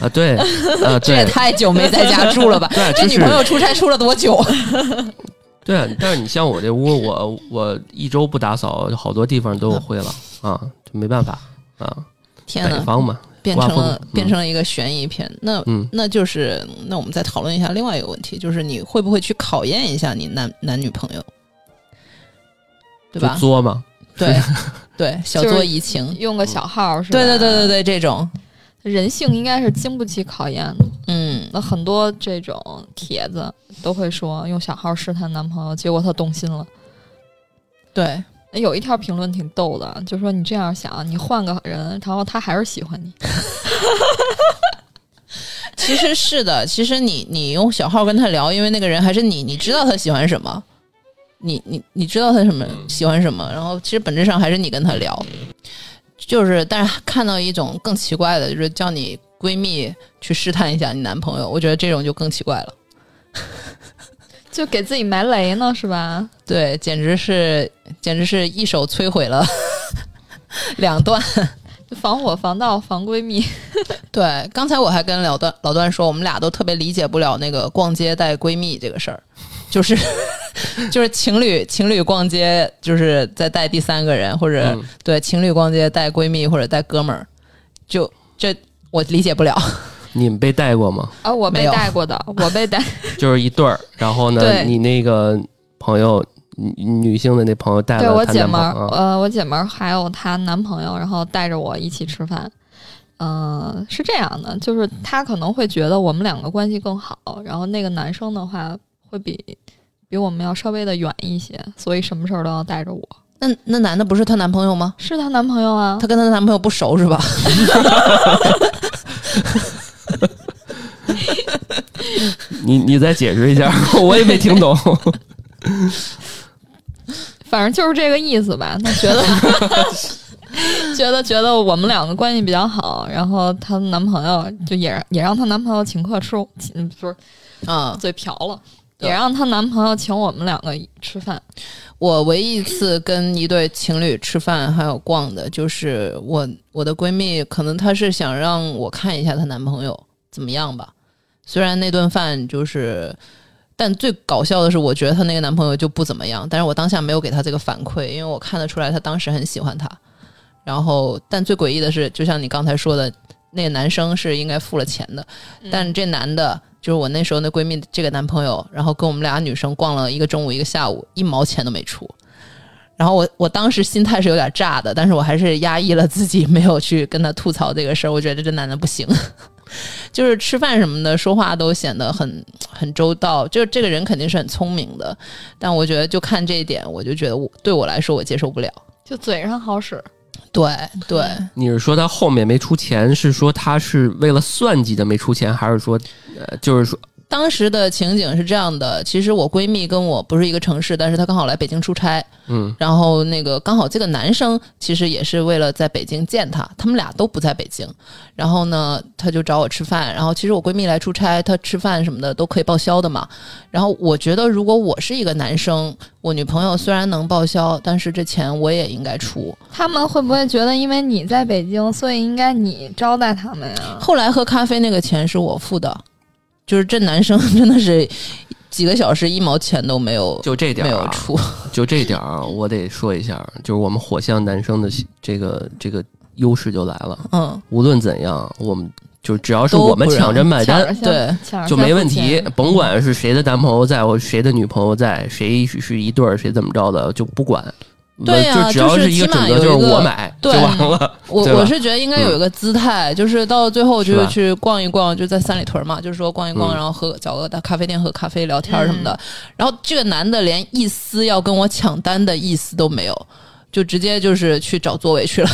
[SPEAKER 3] 啊， 对啊，
[SPEAKER 4] 这也
[SPEAKER 3] 对
[SPEAKER 4] 太久没在家住了吧？
[SPEAKER 3] 对，
[SPEAKER 4] 这
[SPEAKER 3] 就
[SPEAKER 4] 女
[SPEAKER 3] 是
[SPEAKER 4] 朋友出差出了多久？
[SPEAKER 3] 对啊，但是你像我这屋，我我一周不打扫，好多地方都有灰了啊，就没办法啊，
[SPEAKER 4] 天
[SPEAKER 3] 北
[SPEAKER 4] 哪！
[SPEAKER 3] 方嘛。
[SPEAKER 4] 变成
[SPEAKER 3] 挖空
[SPEAKER 4] 了
[SPEAKER 3] 嗯
[SPEAKER 4] 变成了一个悬疑片。那、
[SPEAKER 3] 嗯
[SPEAKER 4] 那就是那我们再讨论一下另外一个问题，就是你会不会去考验一下你男男女朋友，对
[SPEAKER 3] 就
[SPEAKER 4] 吧？
[SPEAKER 3] 作嘛，
[SPEAKER 4] 对对，小
[SPEAKER 1] 就是
[SPEAKER 4] 作怡情，
[SPEAKER 3] 嗯
[SPEAKER 1] 用个小号是吧？
[SPEAKER 4] 对对对对对，这种，
[SPEAKER 1] 人性应该是经不起考验的。
[SPEAKER 4] 嗯，
[SPEAKER 1] 那很多这种帖子都会说用小号试探男朋友，结果他动心了。
[SPEAKER 4] 对，
[SPEAKER 1] 哎有一条评论挺逗的，就说你这样想，你换个人，然后他还是喜欢你。
[SPEAKER 4] 其实是的，其实你你用小号跟他聊，因为那个人还是你，你知道他喜欢什么，你你你知道他什么喜欢什么，然后其实本质上还是你跟他聊，就是但是看到一种更奇怪的，就是叫你闺蜜去试探一下你男朋友，我觉得这种就更奇怪了，
[SPEAKER 1] 就给自己埋雷呢，是吧？
[SPEAKER 4] 对，简直是简直是一手摧毁了 两段。
[SPEAKER 1] 就防火、防盗、防闺蜜，
[SPEAKER 4] 对，刚才我还跟老段老段说，我们俩都特别理解不了那个逛街带闺蜜这个事儿，就是 就是情侣情侣逛街，就是在带第三个人，或者、
[SPEAKER 3] 嗯
[SPEAKER 4] 对情侣逛街带闺蜜或者带哥们儿，就这我理解不了。
[SPEAKER 3] 你们被带过吗？
[SPEAKER 1] 啊，我
[SPEAKER 4] 没
[SPEAKER 1] 被
[SPEAKER 4] 有
[SPEAKER 1] 带 过的，我被带，
[SPEAKER 3] 就是一对儿，然后呢，
[SPEAKER 1] 对
[SPEAKER 3] 你那个朋友，女女性的那朋友带
[SPEAKER 1] 对我
[SPEAKER 3] 了她
[SPEAKER 1] 姐
[SPEAKER 3] 男
[SPEAKER 1] 们
[SPEAKER 3] 朋
[SPEAKER 1] 儿，
[SPEAKER 3] 友啊，
[SPEAKER 4] 嗯
[SPEAKER 1] 呃，我姐们儿还有她男朋友，然后带着我一起吃饭。嗯、是这样的，就是她可能会觉得我们两个关系更好，然后那个男生的话会比比我们要稍微的远一些，所以什么事儿都要带着我。
[SPEAKER 4] 那那男的不是她男朋友吗？
[SPEAKER 1] 是她男朋友啊
[SPEAKER 4] 她，跟她男朋友不熟是吧？
[SPEAKER 3] 你你再解释一 下，我也没听懂。
[SPEAKER 1] 反正就是这个意思吧。那 觉得 觉得觉得我们两个关系比较好，然后她男朋友就也也让她男朋友请客吃，嗯，不是
[SPEAKER 4] 啊、
[SPEAKER 1] 嘴瓢了，
[SPEAKER 4] 对
[SPEAKER 1] 也让她男朋友请我们两个吃饭。
[SPEAKER 4] 我唯一一次跟一对情侣吃饭还有逛的，就是我我的闺蜜，可能她是想让我看一下她男朋友怎么样吧。虽然那顿饭就是，但最搞笑的是，我觉得她那个男朋友就不怎么样，但是我当下没有给她这个反馈，因为我看得出来她当时很喜欢他。然后，但最诡异的是，就像你刚才说的，那个男生是应该付了钱的，但这男的，就是我那时候那闺蜜这个男朋友，然后跟我们俩女生逛了一个中午一个下午，一毛钱都没出。然后我我当时心态是有点炸的，但是我还是压抑了自己，没有去跟他吐槽这个事儿。我觉得这男的不行， 就是吃饭什么的，说话都显得很很周到。就是这个人肯定是很聪明的，但我觉得就看这一点，我就觉得我对我来说我接受不了。
[SPEAKER 1] 就嘴上好使，
[SPEAKER 4] 对对，
[SPEAKER 3] 你是说他后面没出钱，是说他是为了算计的没出钱，还是说，呃，就是说
[SPEAKER 4] 当时的情景是这样的，其实我闺蜜跟我不是一个城市，但是她刚好来北京出差，
[SPEAKER 3] 嗯，
[SPEAKER 4] 然后那个刚好这个男生其实也是为了在北京见她，他们俩都不在北京，然后呢，他就找我吃饭，然后其实我闺蜜来出差，她吃饭什么的都可以报销的嘛，然后我觉得如果我是一个男生，我女朋友虽然能报销，但是这钱我也应该出。
[SPEAKER 1] 他们会不会觉得因为你在北京，所以应该你招待他们呀？
[SPEAKER 4] 后来喝咖啡那个钱是我付的，就是这男生真的是几个小时一毛钱都没有。
[SPEAKER 3] 就这点
[SPEAKER 4] 没
[SPEAKER 3] 儿
[SPEAKER 4] 有
[SPEAKER 3] 啊？
[SPEAKER 4] 出，
[SPEAKER 3] 就这点儿啊，我得说一下，就是我们火象男生的这个这个优势就来了。
[SPEAKER 4] 嗯，
[SPEAKER 3] 无论怎样，我们就只要是
[SPEAKER 4] 都
[SPEAKER 3] 我们
[SPEAKER 4] 不让
[SPEAKER 3] 抢着买单，
[SPEAKER 1] 抢着先
[SPEAKER 4] 对，
[SPEAKER 1] 抢着
[SPEAKER 3] 就
[SPEAKER 1] 先
[SPEAKER 3] 没
[SPEAKER 1] 付
[SPEAKER 3] 问题嗯
[SPEAKER 1] 钱。
[SPEAKER 3] 甭管是谁的男朋友在，或谁的女朋友在，谁是一对儿，谁怎么着的，就不管。
[SPEAKER 4] 对呀
[SPEAKER 3] 就只要
[SPEAKER 4] 就是
[SPEAKER 3] 是一个
[SPEAKER 4] 起码
[SPEAKER 3] 准则，
[SPEAKER 4] 有一
[SPEAKER 3] 就
[SPEAKER 4] 个
[SPEAKER 3] 是我买就
[SPEAKER 4] 对
[SPEAKER 3] 完了。
[SPEAKER 4] 我
[SPEAKER 3] 对吧
[SPEAKER 4] 我是觉得应该有一个姿态，就是到最后
[SPEAKER 3] 是
[SPEAKER 4] 就
[SPEAKER 3] 吧
[SPEAKER 4] 是去逛一逛，就在三里屯嘛，就是说逛一逛，
[SPEAKER 3] 嗯
[SPEAKER 4] 然后喝找个大咖啡店喝咖啡聊天什么的。然后这个男的连一丝要跟我抢单的意思都没有，就直接就是去找座位去了。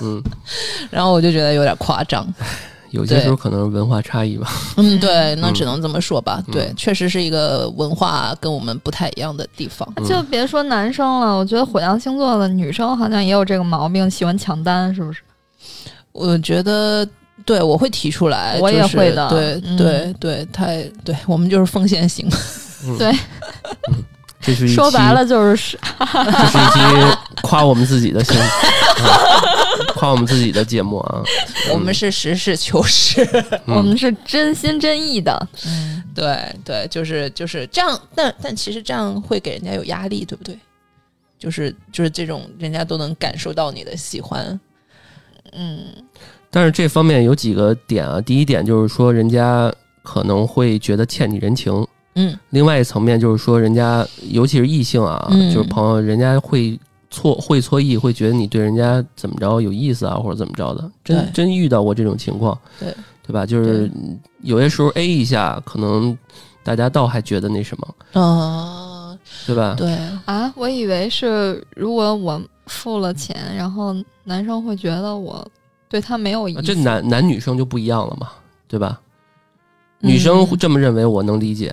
[SPEAKER 3] 嗯，
[SPEAKER 4] 然后我就觉得有点夸张。
[SPEAKER 3] 有些时候可能是文化差异吧。
[SPEAKER 4] 嗯，对，那
[SPEAKER 3] 嗯
[SPEAKER 4] 只能这么说吧。对，确实是一个文化跟我们不太一样的地方。
[SPEAKER 1] 就别说男生了，我觉得火象星座的女生好像也有这个毛病，喜欢抢单，是不是？
[SPEAKER 4] 我觉得。对，我会提出来，
[SPEAKER 1] 我也
[SPEAKER 4] 就是
[SPEAKER 1] 会的
[SPEAKER 4] 对、
[SPEAKER 1] 嗯
[SPEAKER 4] 对对，太对，我们就是奉献型。
[SPEAKER 3] 这是一期
[SPEAKER 1] 说白，了就是是
[SPEAKER 3] 这是一期夸我们自己的星，啊夸我们自己的节 目啊。
[SPEAKER 4] 我们是实事求是，
[SPEAKER 3] 嗯
[SPEAKER 1] 我们是真心真意的，
[SPEAKER 4] 对对，就是就是这样。但但其实这样会给人家有压力，对不对？就是就是这种，人家都能感受到你的喜欢。
[SPEAKER 1] 嗯，
[SPEAKER 3] 但是这方面有几个点啊，第一点就是说，人家可能会觉得欠你人情。
[SPEAKER 4] 嗯，
[SPEAKER 3] 另外一层面就是说，人家尤其是异性啊，
[SPEAKER 4] 嗯
[SPEAKER 3] 就是朋友，人家会错会错意，会觉得你对人家怎么着有意思啊，或者怎么着的。真
[SPEAKER 2] 对
[SPEAKER 3] 真遇到过这种情况，
[SPEAKER 2] 对
[SPEAKER 3] 对吧？就是有些时候 A 一下，可能大家倒还觉得那什么，
[SPEAKER 2] 哦，
[SPEAKER 3] 对吧？
[SPEAKER 2] 对，
[SPEAKER 1] 啊，我以为是如果我付了钱，然后男生会觉得我对他没有意
[SPEAKER 3] 啊
[SPEAKER 1] 思。
[SPEAKER 3] 这男男女生就不一样了嘛，对吧？女生会这么认为，我能理解，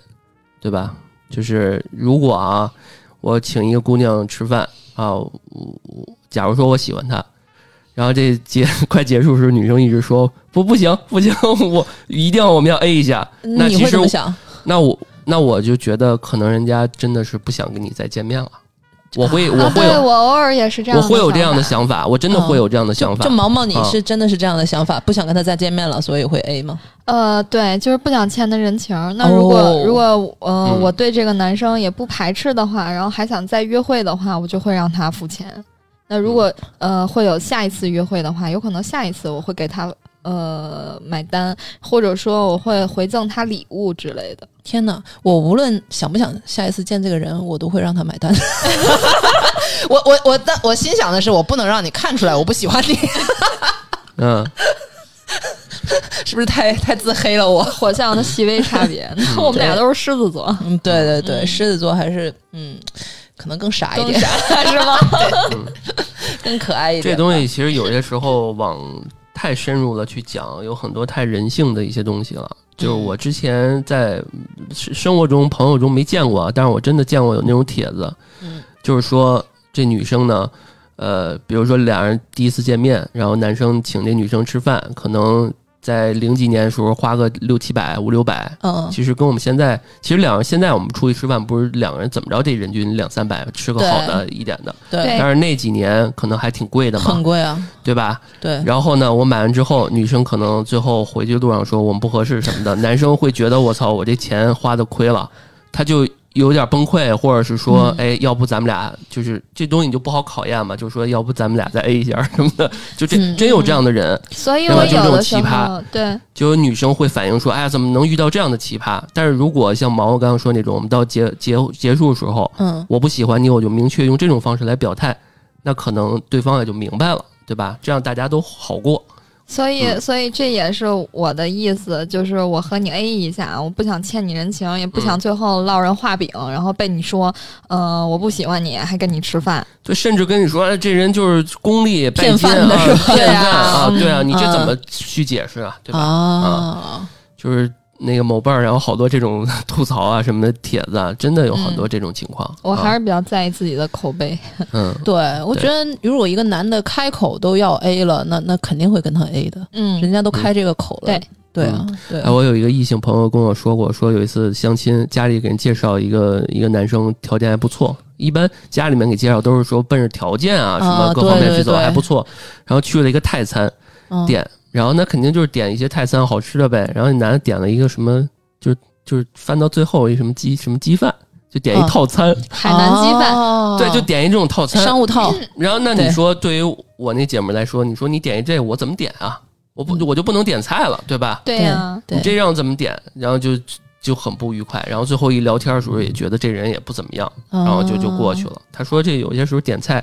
[SPEAKER 3] 对吧？就是如果啊，我请一个姑娘吃饭啊，我我假如说我喜欢她，然后这结 快结束时，女生一直说不不行不行， 我一定要我们要 A 一下，那
[SPEAKER 4] 你
[SPEAKER 3] 其
[SPEAKER 4] 会
[SPEAKER 3] 实
[SPEAKER 4] 这么想？
[SPEAKER 3] 那我那我就觉得可能人家真的是不想跟你再见面了，我会我
[SPEAKER 1] 啊，
[SPEAKER 3] 会
[SPEAKER 1] 对
[SPEAKER 3] 有、
[SPEAKER 1] 我偶尔也是这样
[SPEAKER 3] 我
[SPEAKER 1] 的想法，
[SPEAKER 3] 会有这样的想法，我真的会有这样的想
[SPEAKER 4] 就
[SPEAKER 3] 法，
[SPEAKER 4] 哦就毛毛，你
[SPEAKER 3] 啊
[SPEAKER 4] 是真的是这样的想法，不想跟他再见面了，所以会 A 吗？
[SPEAKER 1] 呃，对，就是不想欠他人情儿。那如果、
[SPEAKER 4] 哦
[SPEAKER 1] 如果呃、
[SPEAKER 3] 嗯
[SPEAKER 1] 我对这个男生也不排斥的话，然后还想再约会的话，我就会让他付钱。那如果、
[SPEAKER 3] 嗯
[SPEAKER 1] 呃会有下一次约会的话，有可能下一次我会给他呃买单，或者说我会回赠他礼物之类的。
[SPEAKER 4] 天哪！我无论想不想下一次见这个人，我都会让他买单。
[SPEAKER 2] 我我我，但我心想的是，我不能让你看出来我不喜欢你，
[SPEAKER 3] 嗯。
[SPEAKER 4] 是不是太太自黑了我？
[SPEAKER 1] 火象的细微差别，
[SPEAKER 3] 嗯
[SPEAKER 1] 那我们俩都是狮子座，
[SPEAKER 4] 嗯，对对对，狮子座还是嗯，可能更傻一
[SPEAKER 1] 更
[SPEAKER 4] 点，
[SPEAKER 1] 傻是吗？
[SPEAKER 4] 更可爱一 点。
[SPEAKER 3] 这东西其实有些时候往太深入了去讲，有很多太人性的一些东西了。就是
[SPEAKER 4] 嗯
[SPEAKER 3] 我之前在生生活中、朋友中没见过啊，但是我真的见过有那种帖子，
[SPEAKER 4] 嗯
[SPEAKER 3] 就是说这女生呢，呃，比如说俩人第一次见面，然后男生请这女生吃饭，可能在零几年的时候花个六七百、五六百，
[SPEAKER 4] 嗯，
[SPEAKER 3] 其实跟我们现在，其实两人现在我们出去吃饭，不是两个人怎么着得人均两三百吃个
[SPEAKER 4] 对
[SPEAKER 3] 好的一点的，
[SPEAKER 1] 对
[SPEAKER 4] 对，
[SPEAKER 3] 但是那几年可能还挺贵的嘛
[SPEAKER 4] 哎很，贵啊，
[SPEAKER 3] 对吧？
[SPEAKER 4] 对。
[SPEAKER 3] 然后呢，我买完之后，女生可能最后回去路上说我们不合适什么的，男生会觉得我操，我这钱花的亏了，他就有点崩溃，或者是说，
[SPEAKER 4] 嗯
[SPEAKER 3] 哎，要不咱们俩就是这东西你就不好考验嘛，就说要不咱们俩再 A 一下什么的，就这、
[SPEAKER 4] 嗯
[SPEAKER 3] 真有这样的人，
[SPEAKER 1] 所以
[SPEAKER 3] 对吧
[SPEAKER 1] 我
[SPEAKER 3] 就这种
[SPEAKER 1] 有的
[SPEAKER 3] 奇
[SPEAKER 1] 时候
[SPEAKER 3] 葩
[SPEAKER 1] 对
[SPEAKER 3] 就有女生会反映说，哎呀，怎么能遇到这样的奇葩？但是如果像毛毛刚刚说那种，我们到结结结束的时候，
[SPEAKER 4] 嗯，
[SPEAKER 3] 我不喜欢你，我就明确用这种方式来表态，那可能对方也就明白了，对吧？这样大家都好过。
[SPEAKER 1] 所以，
[SPEAKER 3] 嗯
[SPEAKER 1] 所以这也是我的意思，就是我和你 A 一下，我不想欠你人情，也不想最后落人画饼，然后被你说，呃，我不喜欢你，还跟你吃饭。
[SPEAKER 3] 对，甚至跟你说，哎，这人就是功利拜金
[SPEAKER 4] 骗饭的
[SPEAKER 3] 啊
[SPEAKER 4] 是吧
[SPEAKER 3] 骗
[SPEAKER 1] 对啊
[SPEAKER 3] 饭啊，
[SPEAKER 1] 嗯
[SPEAKER 3] 对啊，你这怎么去解释啊？对
[SPEAKER 4] 嗯
[SPEAKER 3] 吧？
[SPEAKER 4] 啊，
[SPEAKER 3] 就是那个某瓣儿，然后好多这种 吐槽啊什么的帖子啊，真的有很多这种情况。
[SPEAKER 1] 我还
[SPEAKER 3] 是
[SPEAKER 1] 是比较在意自己的口碑。
[SPEAKER 3] 嗯，
[SPEAKER 4] 对，我觉得如果一个男的开口都要 A 了，那那肯定会跟他 A 的，人
[SPEAKER 1] 嗯，
[SPEAKER 4] 家都开这个口了。
[SPEAKER 1] 对
[SPEAKER 4] 对啊，对
[SPEAKER 3] 哎，
[SPEAKER 4] 啊，
[SPEAKER 3] 我有一个异性朋友跟我说过，说有一次相亲，家里给人介绍一个一个男生，条件还不错。一般家里面给介绍都是说奔着条件啊什么
[SPEAKER 4] 啊
[SPEAKER 3] 各方面
[SPEAKER 4] 对
[SPEAKER 3] 去走
[SPEAKER 4] 对对
[SPEAKER 3] 还不错，然后去了一个泰餐
[SPEAKER 4] 嗯
[SPEAKER 3] 店，然后那肯定就是点一些泰餐好吃的呗。然后那男的点了一个什么，就是就是翻到最后一什么鸡什么鸡饭，就点一
[SPEAKER 4] 啊
[SPEAKER 3] 套餐，
[SPEAKER 1] 海南鸡饭，
[SPEAKER 4] 饭
[SPEAKER 3] 对，就点一这种套餐。
[SPEAKER 4] 哦商务套，
[SPEAKER 3] 然后那你
[SPEAKER 4] 对
[SPEAKER 3] 说，对于我那姐们儿来说，你说你点一这我怎么点啊？我不
[SPEAKER 4] 嗯
[SPEAKER 3] 我就不能点菜了，对吧？
[SPEAKER 1] 对呀，
[SPEAKER 4] 对啊
[SPEAKER 3] 你这让怎么点？然后就就很不愉快。然后最后一聊天的时候，也觉得这人也不怎么样，
[SPEAKER 4] 嗯
[SPEAKER 3] 然后就就过去
[SPEAKER 4] 哦
[SPEAKER 3] 了。他说这有些时候点菜，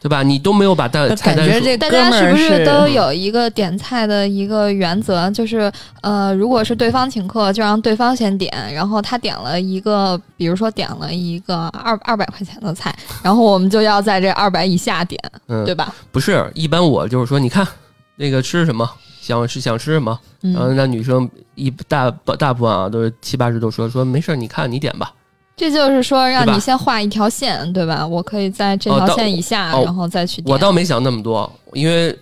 [SPEAKER 3] 对吧？你都没有把单
[SPEAKER 4] 就
[SPEAKER 3] 菜
[SPEAKER 4] 感
[SPEAKER 3] 单
[SPEAKER 4] 觉
[SPEAKER 3] 说
[SPEAKER 4] 这
[SPEAKER 1] 大
[SPEAKER 4] 哥
[SPEAKER 1] 家
[SPEAKER 4] 们
[SPEAKER 1] 是
[SPEAKER 4] 儿
[SPEAKER 1] 不是
[SPEAKER 4] 是
[SPEAKER 1] 都有一个点菜的一个原则？就是，呃，如果是对方请客，就让对方先点，然后他点了一个，比如说点了一个二二百块钱的菜，然后我们就要在这二百以下点，对
[SPEAKER 3] 嗯，
[SPEAKER 1] 吧？
[SPEAKER 3] 不是。一般我就是说，你看那个吃什么，想吃想吃什么。然后
[SPEAKER 4] 嗯，
[SPEAKER 3] 那女生一大大部分啊，都是七八十都说说没事儿，你看你点吧。
[SPEAKER 1] 这就是说，让
[SPEAKER 3] 对吧
[SPEAKER 1] 你先画一条线，对吧？我可以在这
[SPEAKER 3] 哦
[SPEAKER 1] 条
[SPEAKER 3] 到
[SPEAKER 1] 线以下，
[SPEAKER 3] 哦
[SPEAKER 1] 然后再去点。
[SPEAKER 3] 我倒没想那么多，因为。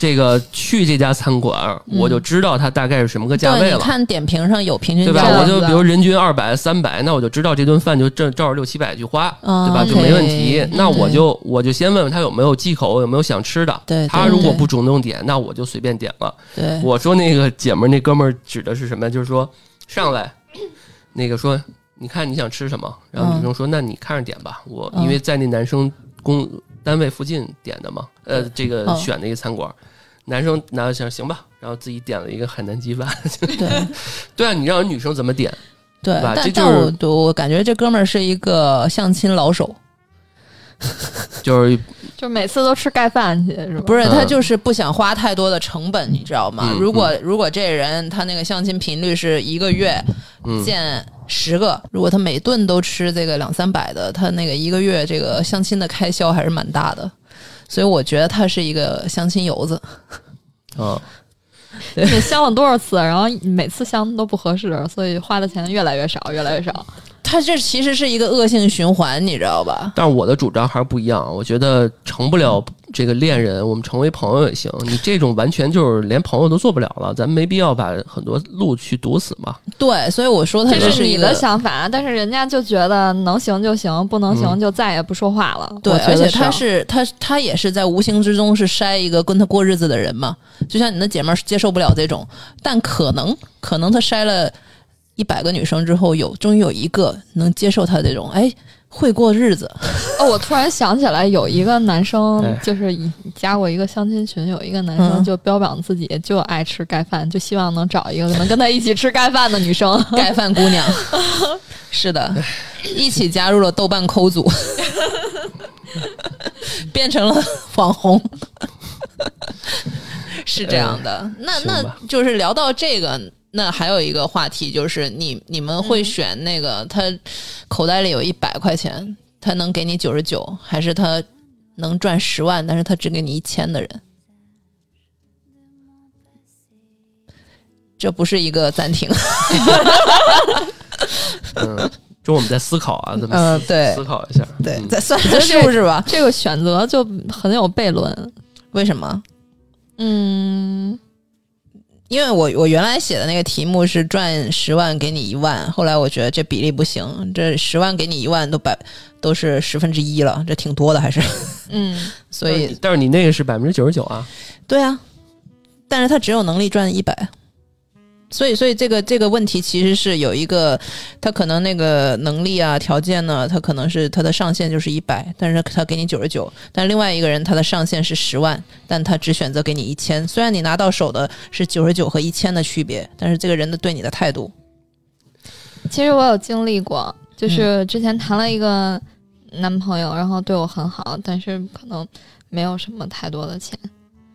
[SPEAKER 3] 这个去这家餐馆，
[SPEAKER 4] 嗯
[SPEAKER 3] 我就知道它大概是什么个价位
[SPEAKER 4] 对，你
[SPEAKER 3] 了。
[SPEAKER 4] 看点评上有平均
[SPEAKER 3] 对吧
[SPEAKER 4] 价？
[SPEAKER 1] 样
[SPEAKER 3] 我就
[SPEAKER 1] 子
[SPEAKER 3] 比如人均二百、三百，那我就知道这顿饭就正照着六七百去花，
[SPEAKER 4] 啊
[SPEAKER 3] 对吧？就
[SPEAKER 4] 对
[SPEAKER 3] 没问题。那我
[SPEAKER 4] 对
[SPEAKER 3] 就我就先问问他有没有忌口，有没有想吃的。
[SPEAKER 4] 嗯对对
[SPEAKER 3] 他如果
[SPEAKER 4] 对哎
[SPEAKER 3] 不主动点，那我就随便点了。
[SPEAKER 4] 对，
[SPEAKER 3] 我说那个姐们儿那哥们儿指的是什么呀？就是说上来那个说，你看你想吃什么？然后女生说，那你看着点吧。我
[SPEAKER 4] 嗯
[SPEAKER 3] 因为在那男生工单位附近点的嘛，呃，这个
[SPEAKER 4] 嗯
[SPEAKER 3] 选的一个餐馆儿。男生拿着想行吧，然后自己点了一个海南鸡饭。
[SPEAKER 4] 对
[SPEAKER 3] 对啊，你让人女生怎么点？
[SPEAKER 4] 对，
[SPEAKER 3] 吧
[SPEAKER 4] 但
[SPEAKER 3] 这就
[SPEAKER 4] 但我我感觉这哥们儿是一个相亲老手，
[SPEAKER 3] 就是
[SPEAKER 1] 就每次都吃盖饭去是吧？
[SPEAKER 4] 不是，
[SPEAKER 3] 嗯
[SPEAKER 4] 他就是不想花太多的成本，你知道吗？
[SPEAKER 3] 嗯
[SPEAKER 4] 如果如果这人他那个相亲频率是一个月
[SPEAKER 3] 嗯
[SPEAKER 4] 见十个，如果他每顿都吃这个两三百的，他那个一个月这个相亲的开销还是蛮大的。所以我觉得他是一个相亲游子，
[SPEAKER 3] 啊，
[SPEAKER 1] 你相了多少次，啊然后每次相都不合适，所以花的钱越来越少，越来越少。
[SPEAKER 4] 他这其实是一个恶性循环，你知道吧？
[SPEAKER 3] 但是我的主张还是不一样，啊我觉得成不了这个恋人，我们成为朋友也行。你这种完全就是连朋友都做不了了，咱没必要把很多路去堵死嘛。
[SPEAKER 4] 对，所以我说他
[SPEAKER 1] 这
[SPEAKER 4] 是
[SPEAKER 1] 是
[SPEAKER 4] 一
[SPEAKER 1] 你
[SPEAKER 4] 个
[SPEAKER 1] 的想法，啊但是人家就觉得能行就行，不能行就再也不说话了。
[SPEAKER 4] 对，
[SPEAKER 1] 我觉
[SPEAKER 4] 而
[SPEAKER 1] 得
[SPEAKER 4] 且
[SPEAKER 1] 是啊
[SPEAKER 4] 他是他他也是在无形之中是筛一个跟他过日子的人嘛。就像你那姐们儿接受不了这种，但可能可能他筛了一百个女生之后有，终于有一个能接受他这种，哎，会过日子。
[SPEAKER 1] 哦，我突然想起来，有一个男生
[SPEAKER 3] 哎
[SPEAKER 1] 就是以加过一个相亲群，有一个男生
[SPEAKER 4] 嗯
[SPEAKER 1] 就标榜自己就爱吃盖饭，就希望能找一个能跟他一起吃 盖饭的女生。
[SPEAKER 4] 盖饭姑娘，是的，一起加入了豆瓣抠组， 变成了网红， 是这样的。那
[SPEAKER 3] 呃行吧
[SPEAKER 4] 那就是聊到这个，那还有一个话题就是你你们会选那个、他口袋里有一百块钱，他能给你九十九，还是他能赚十万，但是他只给你一千的人？这不是一个暂停，
[SPEAKER 3] 嗯，就我们在思考啊，咱们
[SPEAKER 4] 嗯，对
[SPEAKER 3] 思考一下。
[SPEAKER 4] 对，
[SPEAKER 3] 嗯
[SPEAKER 4] 再算
[SPEAKER 1] 觉
[SPEAKER 4] 算
[SPEAKER 1] 得
[SPEAKER 4] 是不是吧？
[SPEAKER 1] 这个选择就很有悖论。
[SPEAKER 4] 为什么？
[SPEAKER 1] 嗯，
[SPEAKER 4] 因为我我原来写的那个题目是赚十万给你一万，后来我觉得这比例不行，这十万给你一万都百都是十分之一了，这挺多的还是，
[SPEAKER 1] 嗯，
[SPEAKER 4] 所以
[SPEAKER 3] 但是你那个是百分之九十九啊，
[SPEAKER 4] 对啊，但是他只有能力赚一百，所以所以这个这个问题其实是有一个，他可能那个能力啊条件呢，他可能是他的上限就是一百，但是他给你九十九，但另外一个人他的上限是十万，但他只选择给你一千，虽然你拿到手的是九十九和一千的区别，但是这个人的对你的态度，
[SPEAKER 1] 其实我有经历过，就是之前谈了一个男朋友，然后对我很好，但是可能没有什么太多的钱，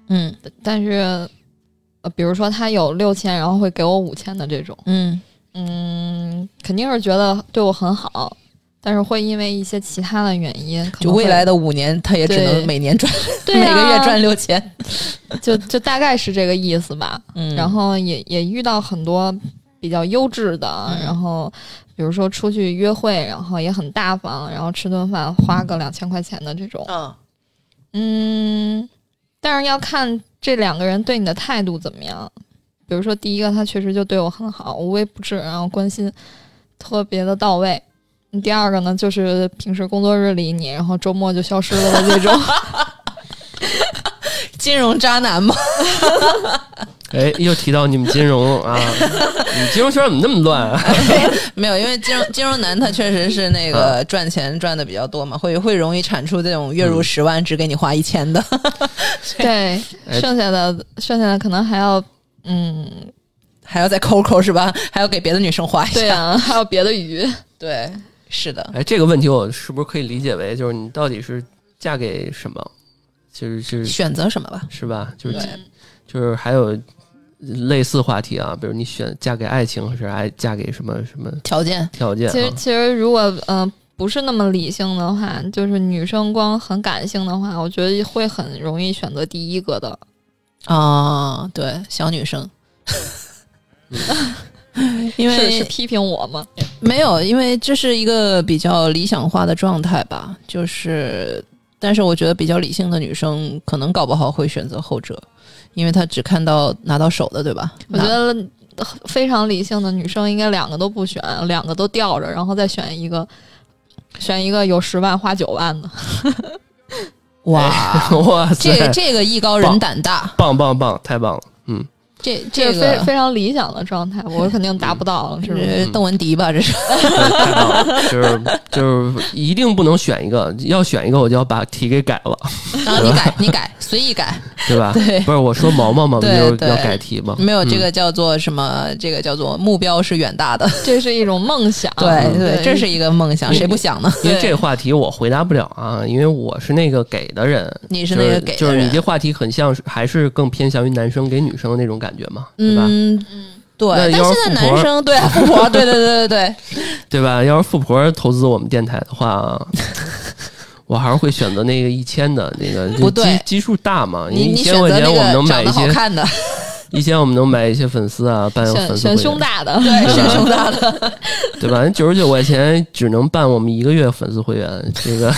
[SPEAKER 4] 嗯
[SPEAKER 1] 但是呃，比如说他有六千，然后会给我五千的这种。
[SPEAKER 4] 嗯
[SPEAKER 1] 嗯，肯定是觉得对我很好，但是会因为一些其他的原因，可
[SPEAKER 4] 就
[SPEAKER 1] 能会
[SPEAKER 4] 未来的五年他也只
[SPEAKER 1] 对
[SPEAKER 4] 能每年赚、
[SPEAKER 1] 对、啊、
[SPEAKER 4] 每个月赚，六千，
[SPEAKER 1] 就就大概是这个意思吧。
[SPEAKER 4] 嗯
[SPEAKER 1] 然后也也遇到很多比较优质的，
[SPEAKER 4] 嗯
[SPEAKER 1] 然后比如说出去约会，然后也很大方，然后吃顿饭花个两千块钱的这种，
[SPEAKER 4] 嗯
[SPEAKER 1] 嗯，但是要看这两个人对你的态度怎么样。比如说，第一个他确实就对我很好，无微不至，然后关心特别的到位。嗯第二个呢，就是平时工作日理你，然后周末就消失了 的这种。
[SPEAKER 4] 金融渣男嘛，
[SPEAKER 3] 哎，又提到你们金融啊，你金融圈怎么那么乱啊？
[SPEAKER 4] 没有，因为金融金融男他确实是那个赚钱赚的比较多嘛，会会容易产出这种月入十万只给你花一千的，
[SPEAKER 1] 对，
[SPEAKER 3] 哎
[SPEAKER 1] 剩下的剩下的可能还要，嗯，
[SPEAKER 4] 还要再抠抠是吧？ 还要给别的女生花一下。
[SPEAKER 1] 对啊，还有别的鱼。
[SPEAKER 4] 对是的，
[SPEAKER 3] 哎，这个问题我是不是可以理解为就是你到底是嫁给什么？就是就是
[SPEAKER 4] 选择什么吧？
[SPEAKER 3] 是吧？就是
[SPEAKER 4] 对
[SPEAKER 3] 就是还有类似话题啊，比如你选嫁给爱情还是爱嫁给什么什么
[SPEAKER 4] 条件，
[SPEAKER 3] 条件、啊？
[SPEAKER 1] 其 实，其实如果呃不是那么理性的话，就是女生光很感性的话，我觉得会很容易选择第一个的。
[SPEAKER 4] 啊、对，小女生， 因
[SPEAKER 1] 是
[SPEAKER 4] 为
[SPEAKER 1] 是批评我吗？
[SPEAKER 4] 没有，因为这是一个比较理想化的状态吧，就是，但是我觉得比较理性的女生可能搞不好会选择后者，因为她只看到拿到手的，对吧？
[SPEAKER 1] 我觉得非常理性的女生应该两个都不选，两个都吊着，然后再选一个，选一个有十万花九万的。
[SPEAKER 4] 哇，
[SPEAKER 3] 哇塞，
[SPEAKER 4] 哎 这这个艺高人胆大，
[SPEAKER 3] 棒棒棒，太棒了！嗯，
[SPEAKER 4] 这
[SPEAKER 1] 这
[SPEAKER 4] 这
[SPEAKER 1] 是非
[SPEAKER 4] 个嗯
[SPEAKER 1] 非常理想的状态，我肯定达不到了，是不是？
[SPEAKER 4] 是邓文迪吧？这 是
[SPEAKER 3] 对太棒了就是就是一定不能选一个，要选一个我就要把题给改了，
[SPEAKER 4] 然啊后你 改，你改，随意改，
[SPEAKER 3] 对吧？
[SPEAKER 4] 对
[SPEAKER 3] 不是我说毛毛嘛，不
[SPEAKER 4] 对
[SPEAKER 3] 就是
[SPEAKER 4] 对
[SPEAKER 3] 要改题嘛？
[SPEAKER 4] 没有这个叫做什么？这个叫做目标是远大的，嗯
[SPEAKER 1] 这是一种梦想，啊
[SPEAKER 4] 对
[SPEAKER 1] 对，
[SPEAKER 4] 这是一个梦想，
[SPEAKER 3] 你
[SPEAKER 4] 谁不想呢？
[SPEAKER 3] 因为这个话题我回答不了啊，因为我是那个给的人，
[SPEAKER 4] 你是那个给的人
[SPEAKER 3] 就是，就是你这话题很像是还是更偏向于男生给女生的那种感觉嘛，对吧？
[SPEAKER 4] 嗯对
[SPEAKER 3] 那，
[SPEAKER 4] 但
[SPEAKER 3] 要
[SPEAKER 4] 现
[SPEAKER 3] 是
[SPEAKER 4] 在
[SPEAKER 3] 富婆
[SPEAKER 4] 男生对富婆，对对对对对，
[SPEAKER 3] 对吧？要是富婆投资我们电台的 话，我还是会选择那个一千的那个，就
[SPEAKER 4] 不对
[SPEAKER 3] 基基数大嘛，
[SPEAKER 4] 你
[SPEAKER 3] 一
[SPEAKER 4] 你选
[SPEAKER 3] 千块
[SPEAKER 4] 择
[SPEAKER 3] 钱我们
[SPEAKER 4] 那
[SPEAKER 3] 能
[SPEAKER 4] 个长
[SPEAKER 3] 买一
[SPEAKER 4] 得好
[SPEAKER 3] 些，
[SPEAKER 4] 看的，
[SPEAKER 3] 一千我们能买一些粉丝啊，办粉
[SPEAKER 1] 选
[SPEAKER 3] 丝
[SPEAKER 1] 选
[SPEAKER 3] 会
[SPEAKER 1] 胸
[SPEAKER 3] 员，
[SPEAKER 1] 大的，
[SPEAKER 4] 对，是胸大的，
[SPEAKER 3] 对吧？九十九块钱只能办我们一个月粉丝会员，这 个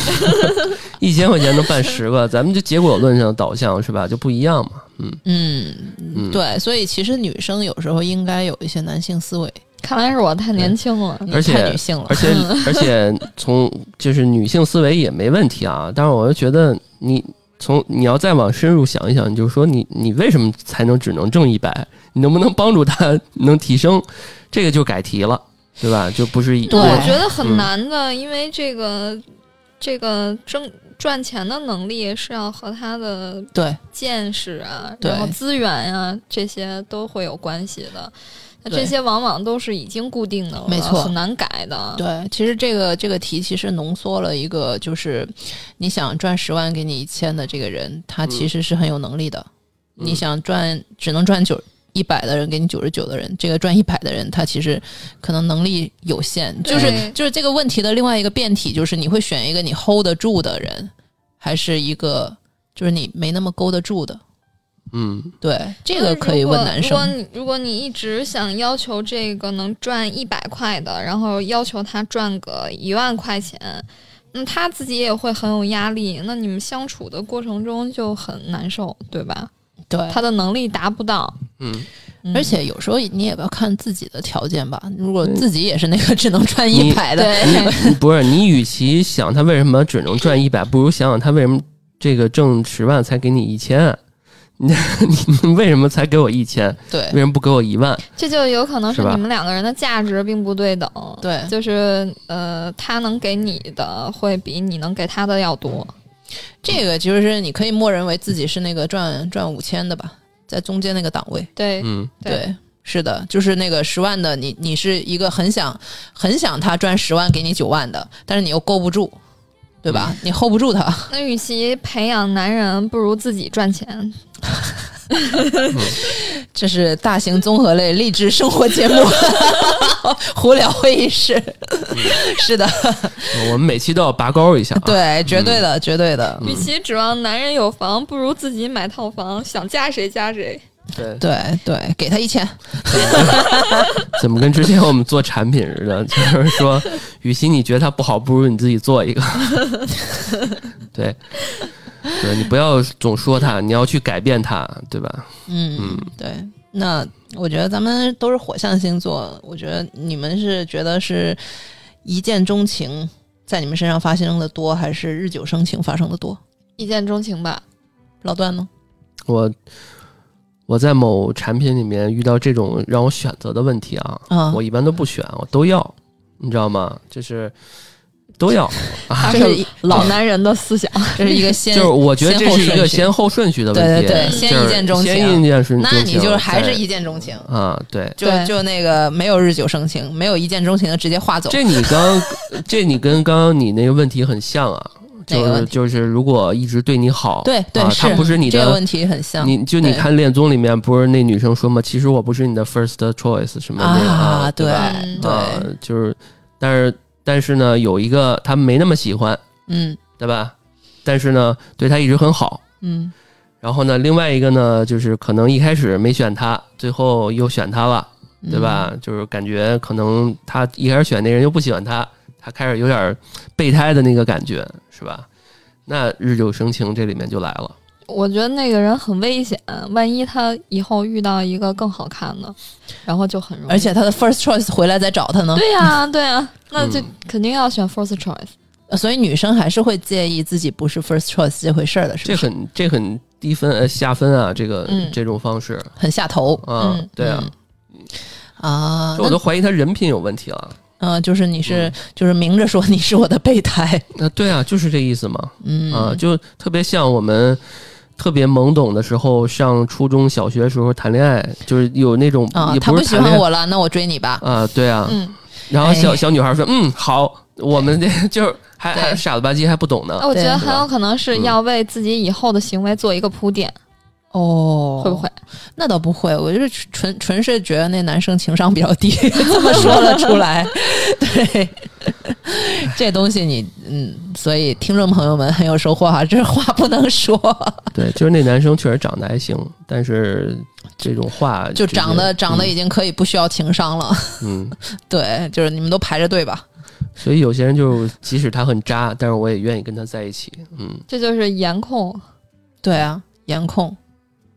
[SPEAKER 3] 一千块钱能办十个，咱们就结果论上导向是吧？就不一样嘛，嗯。
[SPEAKER 4] 嗯，对，所以其实女生有时候应该有一些男性思维，
[SPEAKER 1] 看来是我太年轻了。
[SPEAKER 4] 你
[SPEAKER 3] 而且
[SPEAKER 4] 太女性了
[SPEAKER 3] 而，且而且从就是女性思维也没问题啊，但是我就觉得你从你要再往深入想一想，你就说你你为什么才能只能挣一百？你能不能帮助他能提升？这个就改题了，对吧？就不是一
[SPEAKER 4] 对
[SPEAKER 1] 我觉得
[SPEAKER 3] 嗯
[SPEAKER 1] 很难的，因为这个这个挣赚钱的能力是要和他的
[SPEAKER 4] 对，
[SPEAKER 1] 见识啊，
[SPEAKER 4] 对
[SPEAKER 1] 然后资源呀、这些都会有关系的。那
[SPEAKER 4] 对
[SPEAKER 1] 这些往往都是已经固定的了，
[SPEAKER 4] 没错
[SPEAKER 1] 很难改的。
[SPEAKER 4] 对，其实这个这个题其实浓缩了一个，就是你想赚十万给你一千的这个人，他其实是很有能力的。
[SPEAKER 3] 嗯
[SPEAKER 4] 你想赚只能赚九一百的人给你九十九的人，这个赚一百的人，他其实可能能力有限。就是
[SPEAKER 1] 对
[SPEAKER 4] 就是这个问题的另外一个辩题，就是你会选一个你 hold 得住的人，还是一个就是你没那么勾得住的？
[SPEAKER 3] 嗯，
[SPEAKER 4] 对，这个可以问男
[SPEAKER 1] 如果
[SPEAKER 4] 生。
[SPEAKER 1] 你如果你一直想要求这个能赚一百块的，然后要求他赚个一万块钱，那他自己也会很有压力。那你们相处的过程中就很难受，对吧？
[SPEAKER 4] 对，
[SPEAKER 1] 他的能力达不到，
[SPEAKER 3] 嗯，
[SPEAKER 4] 而且有时候你也要看自己的条件吧。如果自己也是那个只能赚一
[SPEAKER 3] 你
[SPEAKER 4] 百的，
[SPEAKER 1] 嗯对，嗯
[SPEAKER 3] 你不是你，与其想他为什么只能赚一百，不如想想他为什么这个挣十万才给你一千。啊 你你为什么才给我一千？
[SPEAKER 4] 对
[SPEAKER 3] 为什么不给我一万？
[SPEAKER 1] 这就有可能是
[SPEAKER 3] 是吧
[SPEAKER 1] 你们两个人的价值并不对等。
[SPEAKER 4] 对
[SPEAKER 1] 就是呃，他能给你的会比你能给他的要多。
[SPEAKER 3] 嗯
[SPEAKER 4] 这个就是你可以默认为自己是那个赚赚五千的吧，在中间那个档位。
[SPEAKER 1] 对，
[SPEAKER 3] 嗯，
[SPEAKER 1] 对
[SPEAKER 4] 是的，就是那个十万的，你你是一个很想很想他赚十万给你九万的，但是你又够不住，对吧？
[SPEAKER 1] 嗯
[SPEAKER 4] 你 hold 不住他。
[SPEAKER 1] 那与其培养男人，不如自己赚钱。
[SPEAKER 4] 这是大型综合类励志生活节目， 胡聊会议室。
[SPEAKER 1] 嗯
[SPEAKER 4] 是的，
[SPEAKER 3] 我们每期都要拔高一下、啊。
[SPEAKER 4] 对，绝对的，绝对的。
[SPEAKER 1] 与其指望男人有房，不如自己买套房，想嫁谁嫁谁。
[SPEAKER 3] 对，
[SPEAKER 4] 对对，给他一千，
[SPEAKER 3] 怎么跟之前我们做产品似的？就是说，与其你觉得它不好，不如你自己做一个。 对，对你不要总说它，你要去改变它，对吧？
[SPEAKER 4] 嗯，对。那我觉得咱们都是火象星座，我觉得你们是觉得是一见钟情在你们身上发生的多，还是日久生情发生的多？
[SPEAKER 1] 一见钟情吧，
[SPEAKER 4] 老段呢？
[SPEAKER 3] 我我在某产品里面遇到这种让我选择的问题啊，
[SPEAKER 4] 啊
[SPEAKER 3] 我一般都不选，我都要，你知道吗？就是都要，
[SPEAKER 1] 他
[SPEAKER 4] 这是
[SPEAKER 1] 是老男人的思想。
[SPEAKER 4] 这是一个先，
[SPEAKER 3] 就是我觉得这是一个先后顺序的问题，
[SPEAKER 4] 对对对
[SPEAKER 3] 就是
[SPEAKER 4] 先一见钟情
[SPEAKER 3] 先一见钟情，
[SPEAKER 4] 那你就是还是
[SPEAKER 3] 再
[SPEAKER 4] 一见钟情，
[SPEAKER 3] 啊，对。
[SPEAKER 4] 就
[SPEAKER 1] 对
[SPEAKER 4] 就那个没有日久生情，没有一见钟情的直接划走。
[SPEAKER 3] 这你刚，这你跟刚刚你那个问题很像啊，
[SPEAKER 4] 哪
[SPEAKER 3] 就
[SPEAKER 4] 个问
[SPEAKER 3] 是
[SPEAKER 4] 题
[SPEAKER 3] 就是，如果一直对你好，
[SPEAKER 4] 对对、
[SPEAKER 3] 啊、
[SPEAKER 4] 是，
[SPEAKER 3] 他不是你
[SPEAKER 4] 这个
[SPEAKER 3] 的，
[SPEAKER 4] 问题很像
[SPEAKER 3] 你就你
[SPEAKER 4] 对
[SPEAKER 3] 看《恋综》里面不是那女生说吗？其实我不是你的 first choice 什么那个
[SPEAKER 4] 啊，
[SPEAKER 3] 对
[SPEAKER 4] 对
[SPEAKER 3] 吧？
[SPEAKER 1] 嗯
[SPEAKER 4] 对，
[SPEAKER 3] 啊，就是，但是但是呢，有一个他没那么喜欢，
[SPEAKER 4] 嗯
[SPEAKER 3] 对吧？但是呢，对他一直很好。
[SPEAKER 4] 嗯
[SPEAKER 3] 然后呢，另外一个呢，就是可能一开始没选他，最后又选他了。
[SPEAKER 4] 嗯，
[SPEAKER 3] 对吧？就是感觉可能他一开始选那人又不喜欢他，他开始有点备胎的那个感觉，是吧？那日久生情这里面就来了，
[SPEAKER 1] 我觉得那个人很危险，万一他以后遇到一个更好看的，然后就很容易。
[SPEAKER 4] 而且他的 first choice 回来再找他呢，
[SPEAKER 1] 对呀、对呀、那就
[SPEAKER 3] 嗯
[SPEAKER 1] 肯定要选 first choice。
[SPEAKER 4] 所以女生还是会介意自己不是 first choice 这回事儿的，是
[SPEAKER 3] 这
[SPEAKER 4] 不是？
[SPEAKER 3] 很这很低分呃下分啊，这个、
[SPEAKER 4] 嗯
[SPEAKER 3] 这种方式
[SPEAKER 4] 很下头
[SPEAKER 3] 啊，
[SPEAKER 4] 嗯
[SPEAKER 3] 对啊，
[SPEAKER 4] 啊
[SPEAKER 3] 就。我都怀疑他人品有问题了。
[SPEAKER 4] 嗯、呃就是你是、就是明着说你是我的备胎，
[SPEAKER 3] 那对啊，就是这意思嘛。
[SPEAKER 4] 嗯
[SPEAKER 3] 啊，就特别像我们特别懵懂的时候，上初中小学的时候谈恋爱，就是有那种、
[SPEAKER 4] 啊
[SPEAKER 3] 也，
[SPEAKER 4] 他
[SPEAKER 3] 不是
[SPEAKER 4] 喜
[SPEAKER 3] 谈恋
[SPEAKER 4] 欢
[SPEAKER 3] 爱
[SPEAKER 4] 我了，那我追你吧。
[SPEAKER 3] 啊，对啊，
[SPEAKER 1] 嗯
[SPEAKER 3] 然后小、
[SPEAKER 4] 哎
[SPEAKER 3] 小女孩说，嗯，好，我们这 就是还还傻了吧唧，还不懂呢
[SPEAKER 1] 那。我觉得
[SPEAKER 4] 对嗯
[SPEAKER 1] 很有可能是要为自己以后的行为做一个铺垫，
[SPEAKER 4] 哦
[SPEAKER 1] 会不会？
[SPEAKER 4] 那倒不会，我就是纯纯是觉得那男生情商比较低， 这么说了出来。 对，这东西你嗯，所以听众朋友们很有收获哈、啊这话不能说，
[SPEAKER 3] 对，就是那男生确实长得还行，但是这种话
[SPEAKER 4] 就长得
[SPEAKER 3] 直接
[SPEAKER 4] 长得已经可以不需要情商了。
[SPEAKER 3] 嗯，嗯
[SPEAKER 4] 对，就是你们都排着队吧。
[SPEAKER 3] 所以有些人就即使他很渣，但是我也愿意跟他在一起。嗯，
[SPEAKER 1] 这就是颜控。
[SPEAKER 4] 对啊，颜控。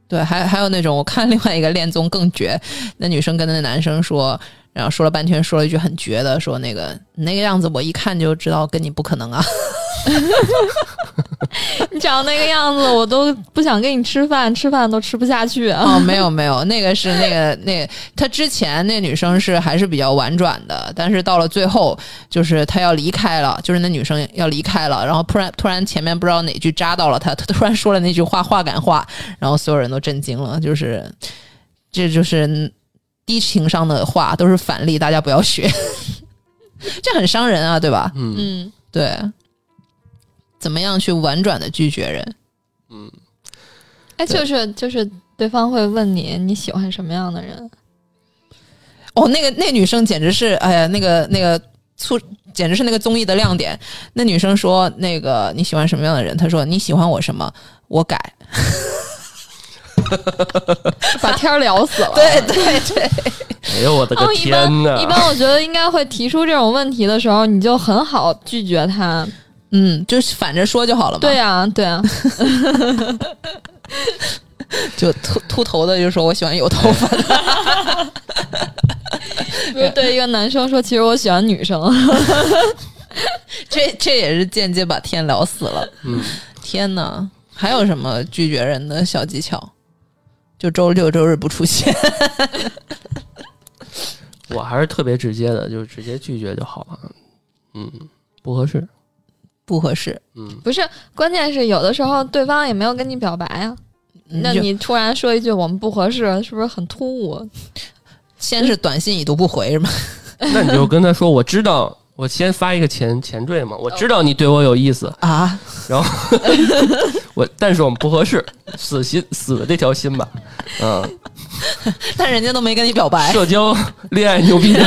[SPEAKER 4] 对，还还有那种，我看另外一个恋综更绝，那女生跟那男生说，然后说了半天，说了一句很绝的，说那个你那个样子，我一看就知道跟你不可能啊。
[SPEAKER 1] 你长那个样子，我都不想跟你吃饭，吃饭都吃不下去 啊！
[SPEAKER 4] 哦，没有没有，那个是那个那个，她之前那女生是还是比较婉转的，但是到了最后，就是她要离开了，就是那女生要离开了，然后突然突然前面不知道哪句扎到了她，她突然说了那句话话赶话，然后所有人都震惊了，就是这就是低情商的话都是反例，大家不要学， 这很伤人啊，对吧？
[SPEAKER 3] 嗯
[SPEAKER 1] 嗯，
[SPEAKER 4] 对，怎么样去婉转的拒绝人？
[SPEAKER 3] 嗯
[SPEAKER 1] 哎，就是就是，对方会问你你喜欢什么样的人，
[SPEAKER 4] 哦，那个那女生简直是，哎呀，那个那个促，简直是那个综艺的亮点。那女生说：“那个你喜欢什么样的人？”她说：“你喜欢我什么？我改。
[SPEAKER 1] 把天儿聊死了。
[SPEAKER 4] 对对对，
[SPEAKER 3] 哎呦我的
[SPEAKER 1] 哦，
[SPEAKER 3] 个
[SPEAKER 1] 一
[SPEAKER 3] 天
[SPEAKER 1] 般
[SPEAKER 3] 呐！
[SPEAKER 1] 一般，我觉得应该会提出这种问题的时候，你就很好拒绝他。
[SPEAKER 4] 嗯，就是反着说就好了嘛。
[SPEAKER 1] 对啊，对啊，
[SPEAKER 4] 就秃秃头的就说我喜欢有头发的。
[SPEAKER 1] 比如对一个男生说，其实我喜欢女生，
[SPEAKER 4] 这这也是间接把天聊死了。
[SPEAKER 3] 嗯，
[SPEAKER 4] 天哪，还有什么拒绝人的小技巧？就周六周日不出现。
[SPEAKER 3] 我还是特别直接的，就是直接拒绝就好了。嗯，不合适。
[SPEAKER 4] 不合适，
[SPEAKER 3] 嗯，
[SPEAKER 1] 不是，关键是有的时候对方也没有跟你表白啊。那
[SPEAKER 4] 嗯就
[SPEAKER 1] 你突然说一句我们不合适，是不是很突兀？
[SPEAKER 4] 先是短信已读不回是吗？
[SPEAKER 3] 那你就跟他说，我知道，我先发一个前前缀嘛，我知道你对我有意思，
[SPEAKER 4] 啊，
[SPEAKER 3] 我但是我们不合适，死心死了这条心吧。嗯，
[SPEAKER 4] 但人家都没跟你表白，
[SPEAKER 3] 社交恋爱牛逼症，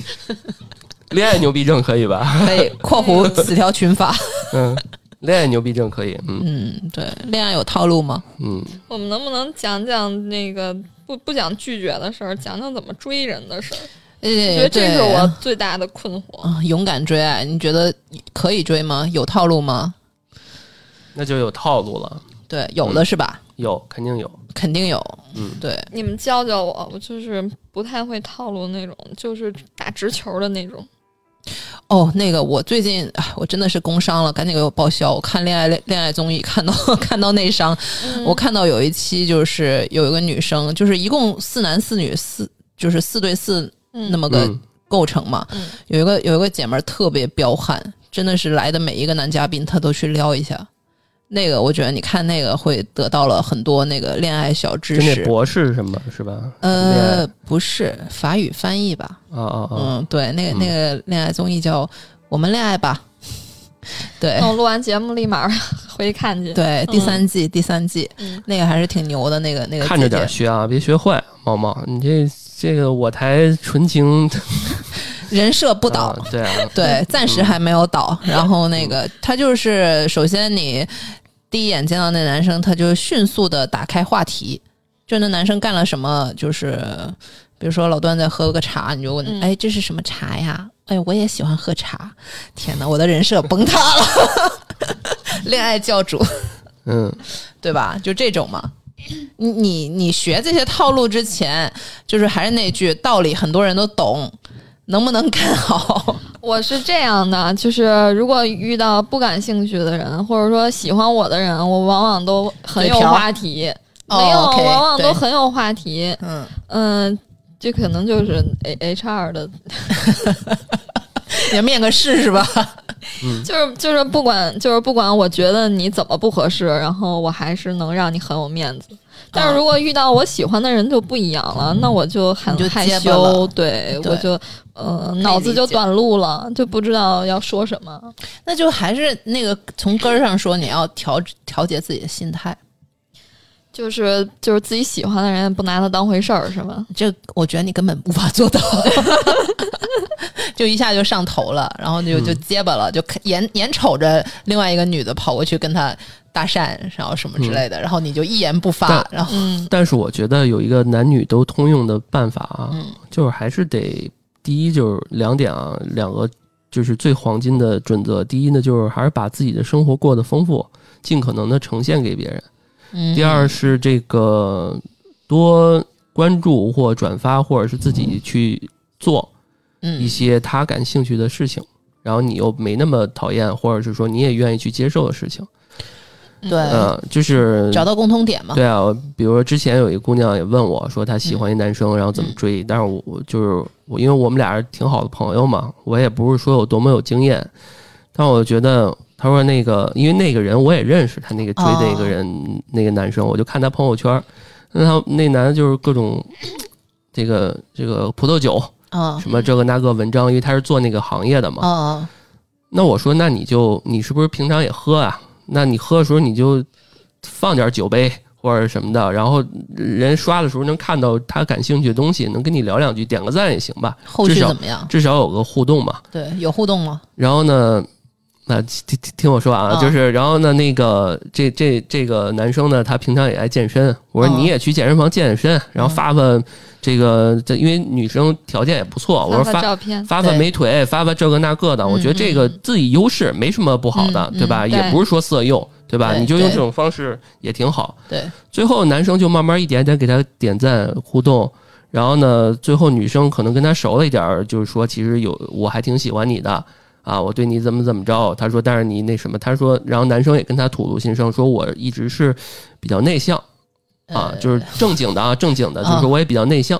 [SPEAKER 3] 恋爱牛逼症可以吧？
[SPEAKER 4] 可以（括弧此条群发
[SPEAKER 3] 嗯，恋爱牛逼症可以。）。嗯
[SPEAKER 4] 嗯，对，恋爱有套路吗？
[SPEAKER 3] 嗯，
[SPEAKER 1] 我们能不能讲讲那个不不讲拒绝的事儿，讲讲怎么追人的事儿？
[SPEAKER 4] 呃，
[SPEAKER 1] 我觉得这
[SPEAKER 4] 对
[SPEAKER 1] 是我最大的困惑。
[SPEAKER 4] 啊、勇敢追爱，你觉得可以追吗？有套路吗？
[SPEAKER 3] 那就有套路了，
[SPEAKER 4] 对，有的是吧？
[SPEAKER 3] 有肯定有。
[SPEAKER 4] 肯定有。
[SPEAKER 3] 嗯，
[SPEAKER 4] 对，
[SPEAKER 1] 你们教教我，我就是不太会套路那种，就是打直球的那种。
[SPEAKER 4] 哦，那个我最近啊，我真的是工伤了，赶紧给我报销。我看恋爱恋爱综艺，看到 看到内伤，
[SPEAKER 1] 嗯
[SPEAKER 4] 我看到有一期就是有一个女生，就是一共四男四女四，就是四对四
[SPEAKER 1] 嗯
[SPEAKER 4] 那么个
[SPEAKER 3] 嗯，
[SPEAKER 4] 构成嘛。
[SPEAKER 1] 嗯
[SPEAKER 4] 有一个有一个姐们儿特别彪悍，真的是来的每一个男嘉宾她都去撩一下。那个我觉得你看那个会得到了很多那个恋爱小知
[SPEAKER 3] 就那
[SPEAKER 4] 识。
[SPEAKER 3] 博士什么是吧？
[SPEAKER 4] 呃，不是法语翻译吧？
[SPEAKER 3] 啊啊啊！
[SPEAKER 4] 嗯，对，那个
[SPEAKER 3] 嗯
[SPEAKER 4] 那个恋爱综艺叫《我们恋爱吧》。 对
[SPEAKER 1] 那我录完节目立马 回去看去。
[SPEAKER 4] 对，第
[SPEAKER 1] 哦嗯
[SPEAKER 4] 三季第三季
[SPEAKER 1] 嗯，
[SPEAKER 4] 那个还是挺牛的，那个那个
[SPEAKER 3] 看着
[SPEAKER 4] 姐姐
[SPEAKER 3] 点儿学啊，别学坏，毛毛，你这这个我台纯情
[SPEAKER 4] 人设不倒，
[SPEAKER 3] 啊对啊，
[SPEAKER 4] 对，暂时还没有倒。然后那个他就是，首先你第一眼见到那男生，他就迅速的打开话题，就那男生干了什么，就是比如说老段在喝个茶，你就问，
[SPEAKER 1] 嗯
[SPEAKER 4] 哎，这是什么茶呀？哎，我也喜欢喝茶。天哪，我的人设崩塌了， 恋爱教主。
[SPEAKER 3] 嗯，
[SPEAKER 4] 对吧？就这种嘛。你你你学这些套路之前，就是还是那句道理，很多人都懂，能不能干好？
[SPEAKER 1] 我是这样的，就是如果遇到不感兴趣的人，或者说喜欢我的人，我往往都很有
[SPEAKER 4] 嘴瓢
[SPEAKER 1] 话题，
[SPEAKER 4] 哦
[SPEAKER 1] 没有，
[SPEAKER 4] OK，
[SPEAKER 1] 往往
[SPEAKER 4] 对
[SPEAKER 1] 都很有话题。
[SPEAKER 4] 嗯，
[SPEAKER 1] 嗯，这可能就是 A H R 的，
[SPEAKER 4] 你面个试是吧？
[SPEAKER 1] 就是就是不管就是不管，我觉得你怎么不合适，然后我还是能让你很有面子。但是如果遇到我喜欢的人就不一样了，那我就很
[SPEAKER 4] 你就
[SPEAKER 1] 害
[SPEAKER 4] 结巴
[SPEAKER 1] 羞
[SPEAKER 4] 了，
[SPEAKER 1] 对
[SPEAKER 4] 对
[SPEAKER 1] 我就呃脑子就短路了，就不知道要说什么。
[SPEAKER 4] 那就还是那个从根儿上说，你要调调节自己的心态。
[SPEAKER 1] 就是就是自己喜欢的人也不拿他当回事儿，是吗？
[SPEAKER 4] 这我觉得你根本无法做到， 就一下就上头了，然后
[SPEAKER 3] 嗯
[SPEAKER 4] 就就结巴了，就看眼眼瞅着另外一个女的跑过去跟他搭讪，然后什么之类的，然后你就一言不发
[SPEAKER 3] 嗯但，
[SPEAKER 4] 然后
[SPEAKER 1] 嗯，
[SPEAKER 3] 但是我觉得有一个男女都通用的办法啊，就是还是得第一就是两点啊，两个就是最黄金的准则。第一呢，就是还是把自己的生活过得丰富，尽可能的呈现给别人。第二是这个多关注或转发，或者是自己去做一
[SPEAKER 4] 嗯
[SPEAKER 3] 些他感兴趣的事情，然后你又没那么讨厌，或者是说你也愿意去接受的事情。
[SPEAKER 4] 嗯对，
[SPEAKER 3] 呃，就是
[SPEAKER 4] 找到共同点嘛，
[SPEAKER 3] 对啊，我比如说之前有一姑娘也问我说她喜欢一男生，然后怎么追？但是我我就是我，因为我们俩是挺好的朋友嘛，我也不是说有多么有经验，但我觉得她说那个，因为那个人我也认识，她那个追
[SPEAKER 4] 哦
[SPEAKER 3] 那个人、那个男生，我就看他朋友圈，那他那男的就是各种这个这个葡萄酒
[SPEAKER 4] 啊
[SPEAKER 3] 什么这个那个文章，因为他是做那个行业的嘛，
[SPEAKER 4] 啊，
[SPEAKER 3] 那我说，那你就你是不是平常也喝啊？那你喝的时候你就放点酒呗或者什么的，然后人刷的时候能看到他感兴趣的东西，能跟你聊两句，点个赞也行吧，
[SPEAKER 4] 后
[SPEAKER 3] 至
[SPEAKER 4] 续
[SPEAKER 3] 少
[SPEAKER 4] 怎么
[SPEAKER 1] 哦
[SPEAKER 4] 样？
[SPEAKER 3] 至少有个互动嘛。
[SPEAKER 4] 对，有互动吗？
[SPEAKER 3] 然后呢，那听听听我说啊，
[SPEAKER 1] 哦
[SPEAKER 4] 啊
[SPEAKER 3] 就是然后呢，那个这这这个男生呢，他平常也爱健身，我
[SPEAKER 1] 哦
[SPEAKER 3] 说
[SPEAKER 4] 啊
[SPEAKER 3] 你也去健身房健健身，然后
[SPEAKER 1] 嗯
[SPEAKER 3] 发发这个，这因为女生条件也不错，我说
[SPEAKER 1] 发
[SPEAKER 3] 发
[SPEAKER 1] 照片，
[SPEAKER 3] 发发
[SPEAKER 4] 对
[SPEAKER 3] 美腿，发发这个那个的，我觉得这个自己优势没什么不好的，
[SPEAKER 4] 嗯
[SPEAKER 3] 对吧？
[SPEAKER 1] 嗯
[SPEAKER 3] 也
[SPEAKER 1] 对
[SPEAKER 3] 不是说色诱，对吧？
[SPEAKER 4] 对
[SPEAKER 3] 你就用
[SPEAKER 4] 对
[SPEAKER 3] 这种方式也挺好。
[SPEAKER 4] 对，
[SPEAKER 3] 最后男生就慢慢一点点给他点赞互动，然后呢，最后女生可能跟他熟了一点儿，就是说其实有我还挺喜欢你的啊，我对你怎么怎么着。他说，但是你那什么，他说，然后男生也跟他吐露心声，说我一直是比较内向啊，
[SPEAKER 4] 呃
[SPEAKER 3] 就是正经的啊，正经的，就
[SPEAKER 4] 啊
[SPEAKER 3] 是我也比较内向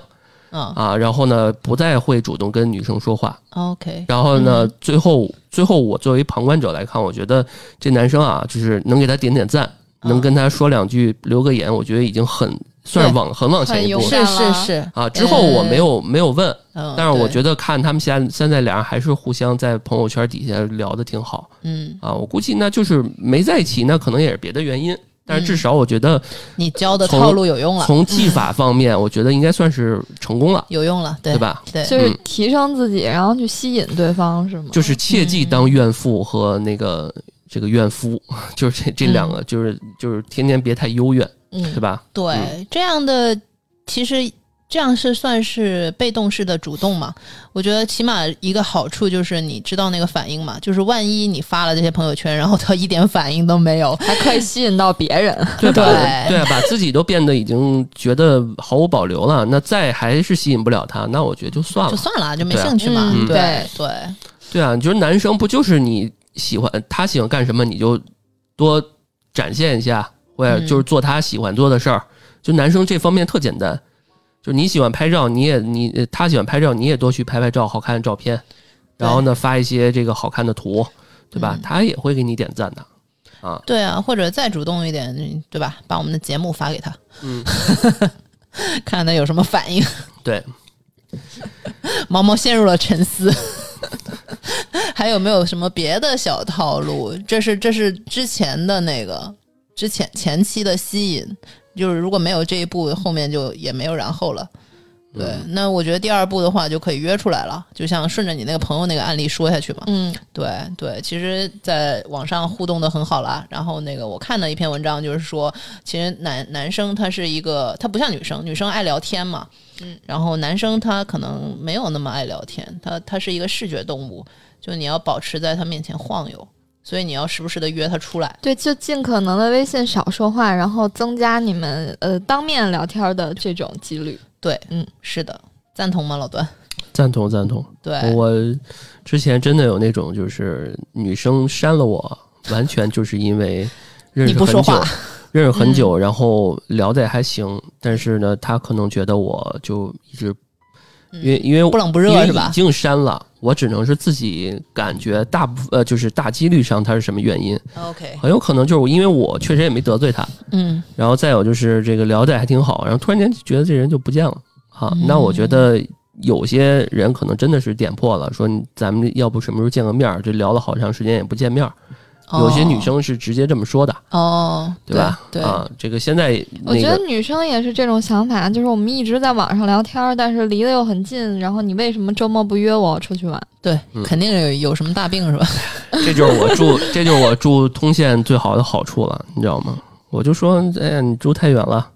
[SPEAKER 4] 嗯
[SPEAKER 3] 啊，然后呢，不再会主动跟女生说话。
[SPEAKER 4] ，OK，
[SPEAKER 3] 然后
[SPEAKER 4] 嗯
[SPEAKER 3] 呢，最后最后我作为旁观者来看，我觉得这男生啊，就是能给他点点赞，
[SPEAKER 4] 嗯
[SPEAKER 3] 能跟他说两句，留个言，我觉得已经很算是往很往前一步
[SPEAKER 1] 很勇
[SPEAKER 3] 了
[SPEAKER 1] 敢
[SPEAKER 4] 是是
[SPEAKER 1] 了
[SPEAKER 4] 是，
[SPEAKER 3] 啊。之后我没有没有问，
[SPEAKER 4] 嗯，
[SPEAKER 3] 但是我觉
[SPEAKER 4] 得，
[SPEAKER 3] 得看他们现在现在俩人还是互相在朋友圈底下聊的挺好
[SPEAKER 4] 嗯，
[SPEAKER 3] 啊。我估计那就是没在一起，那可能也是别的原因。但
[SPEAKER 4] 嗯
[SPEAKER 3] 是至少我觉得
[SPEAKER 4] 你教的
[SPEAKER 3] 从
[SPEAKER 4] 套路有用了，
[SPEAKER 3] 从技法方面，我觉得应该算是成功了，
[SPEAKER 4] 有用了，对
[SPEAKER 3] 对？吧？
[SPEAKER 4] 对，
[SPEAKER 1] 就是提升自己，然后去吸引对方，是吗？
[SPEAKER 3] 就是切忌当怨妇和那个这个怨夫， 就是这这两个，就是就是天天别太幽怨，对
[SPEAKER 1] 嗯，
[SPEAKER 3] 吧？
[SPEAKER 4] 对，这样的其实这样是算是被动式的主动嘛？我觉得起码一个好处就是你知道那个反应嘛，就是万一你发了这些朋友圈，然后他 一点反应都没有，
[SPEAKER 1] 还可以吸引到别人。
[SPEAKER 3] 对吧？
[SPEAKER 4] 对
[SPEAKER 3] 对啊，把自己都变得已经觉得毫无保留了，那再还是吸引不了他，那我觉得就算
[SPEAKER 4] 就
[SPEAKER 3] 了。
[SPEAKER 4] 算了，就没兴趣嘛。
[SPEAKER 1] 嗯
[SPEAKER 4] 对、
[SPEAKER 1] 嗯
[SPEAKER 4] 对，
[SPEAKER 3] 对啊，就是男生不就是你喜欢他喜欢干什么，你就多展现一下，或者
[SPEAKER 4] 嗯
[SPEAKER 3] 就是做他喜欢做的事儿。就男生这方面特简单，就是你喜欢拍照，你也你呃他喜欢拍照，你也多去拍拍照，好看的照片，然后呢发一些这个好看的图，对
[SPEAKER 4] 嗯
[SPEAKER 3] 吧？他也会给你点赞的。
[SPEAKER 4] 对啊，或者再主动一点，对吧？把我们的节目发给他，
[SPEAKER 3] 嗯，
[SPEAKER 4] 看他有什么反应。
[SPEAKER 3] 对，
[SPEAKER 4] 毛毛陷入了沉思。 还有没有什么别的小套路？这是这是之前的那个之前前期的吸引，就是如果没有这一步，后面就也没有然后了。对，
[SPEAKER 3] 嗯
[SPEAKER 4] 那我觉得第二步的话就可以约出来了，就像顺着你那个朋友那个案例说下去嘛。
[SPEAKER 1] 嗯，
[SPEAKER 4] 对对，其实在网上互动的很好啦。然后那个我看了一篇文章，就是说，其实男男生他是一个，他不像女生，女生爱聊天嘛，嗯，然后男生他可能没有那么爱聊天，他他是一个视觉动物，就你要保持在他面前晃悠，所以你要时不时的约他出来。
[SPEAKER 1] 对，就尽可能的微信少说话，然后增加你们呃当面聊天的这种几率。
[SPEAKER 4] 对，
[SPEAKER 1] 嗯，
[SPEAKER 4] 是的，赞同吗，老段？
[SPEAKER 3] 赞同赞同。
[SPEAKER 4] 对，
[SPEAKER 3] 我之前真的有那种，就是女生删了我，完全就是因为认识
[SPEAKER 4] 你不
[SPEAKER 3] 很
[SPEAKER 4] 说
[SPEAKER 3] 久
[SPEAKER 4] 话，嗯
[SPEAKER 3] 认识很久，然后聊的也还行，但是呢，她可能觉得我就一直，因为因为
[SPEAKER 4] 嗯不冷不
[SPEAKER 3] 因
[SPEAKER 4] 热
[SPEAKER 3] 为
[SPEAKER 4] 是
[SPEAKER 3] 已
[SPEAKER 4] 吧？
[SPEAKER 3] 经删了，我只能是自己感觉大部呃，就是大几率上她是什么原因，
[SPEAKER 4] OK，
[SPEAKER 3] 很有可能就是我因为我确实也没得罪她，
[SPEAKER 4] 嗯，
[SPEAKER 3] 然后再有就是这个聊的还挺好，然后突然间就觉得这人就不见了啊。
[SPEAKER 1] 嗯
[SPEAKER 3] 那我觉得有些人可能真的是点破了，说你咱们要不什么时候见个面儿？这聊了好长时间也不见面儿。
[SPEAKER 1] 哦
[SPEAKER 3] 有些女生是直接这么说的，
[SPEAKER 4] 哦，
[SPEAKER 3] 对吧？
[SPEAKER 4] 对，
[SPEAKER 3] 啊，这个现在
[SPEAKER 1] 我
[SPEAKER 3] 那
[SPEAKER 1] 觉得
[SPEAKER 3] 个
[SPEAKER 1] 女生也是这种想法，就是我们一直在网上聊天儿，但是离得又很近，然后你为什么周末不约我出去玩？
[SPEAKER 4] 对，
[SPEAKER 3] 嗯
[SPEAKER 4] 肯定有有什么大病是吧？
[SPEAKER 3] 这就是我住， 这就是我住通县最好的好处了，你知道吗？我就说，哎呀，你住太远了，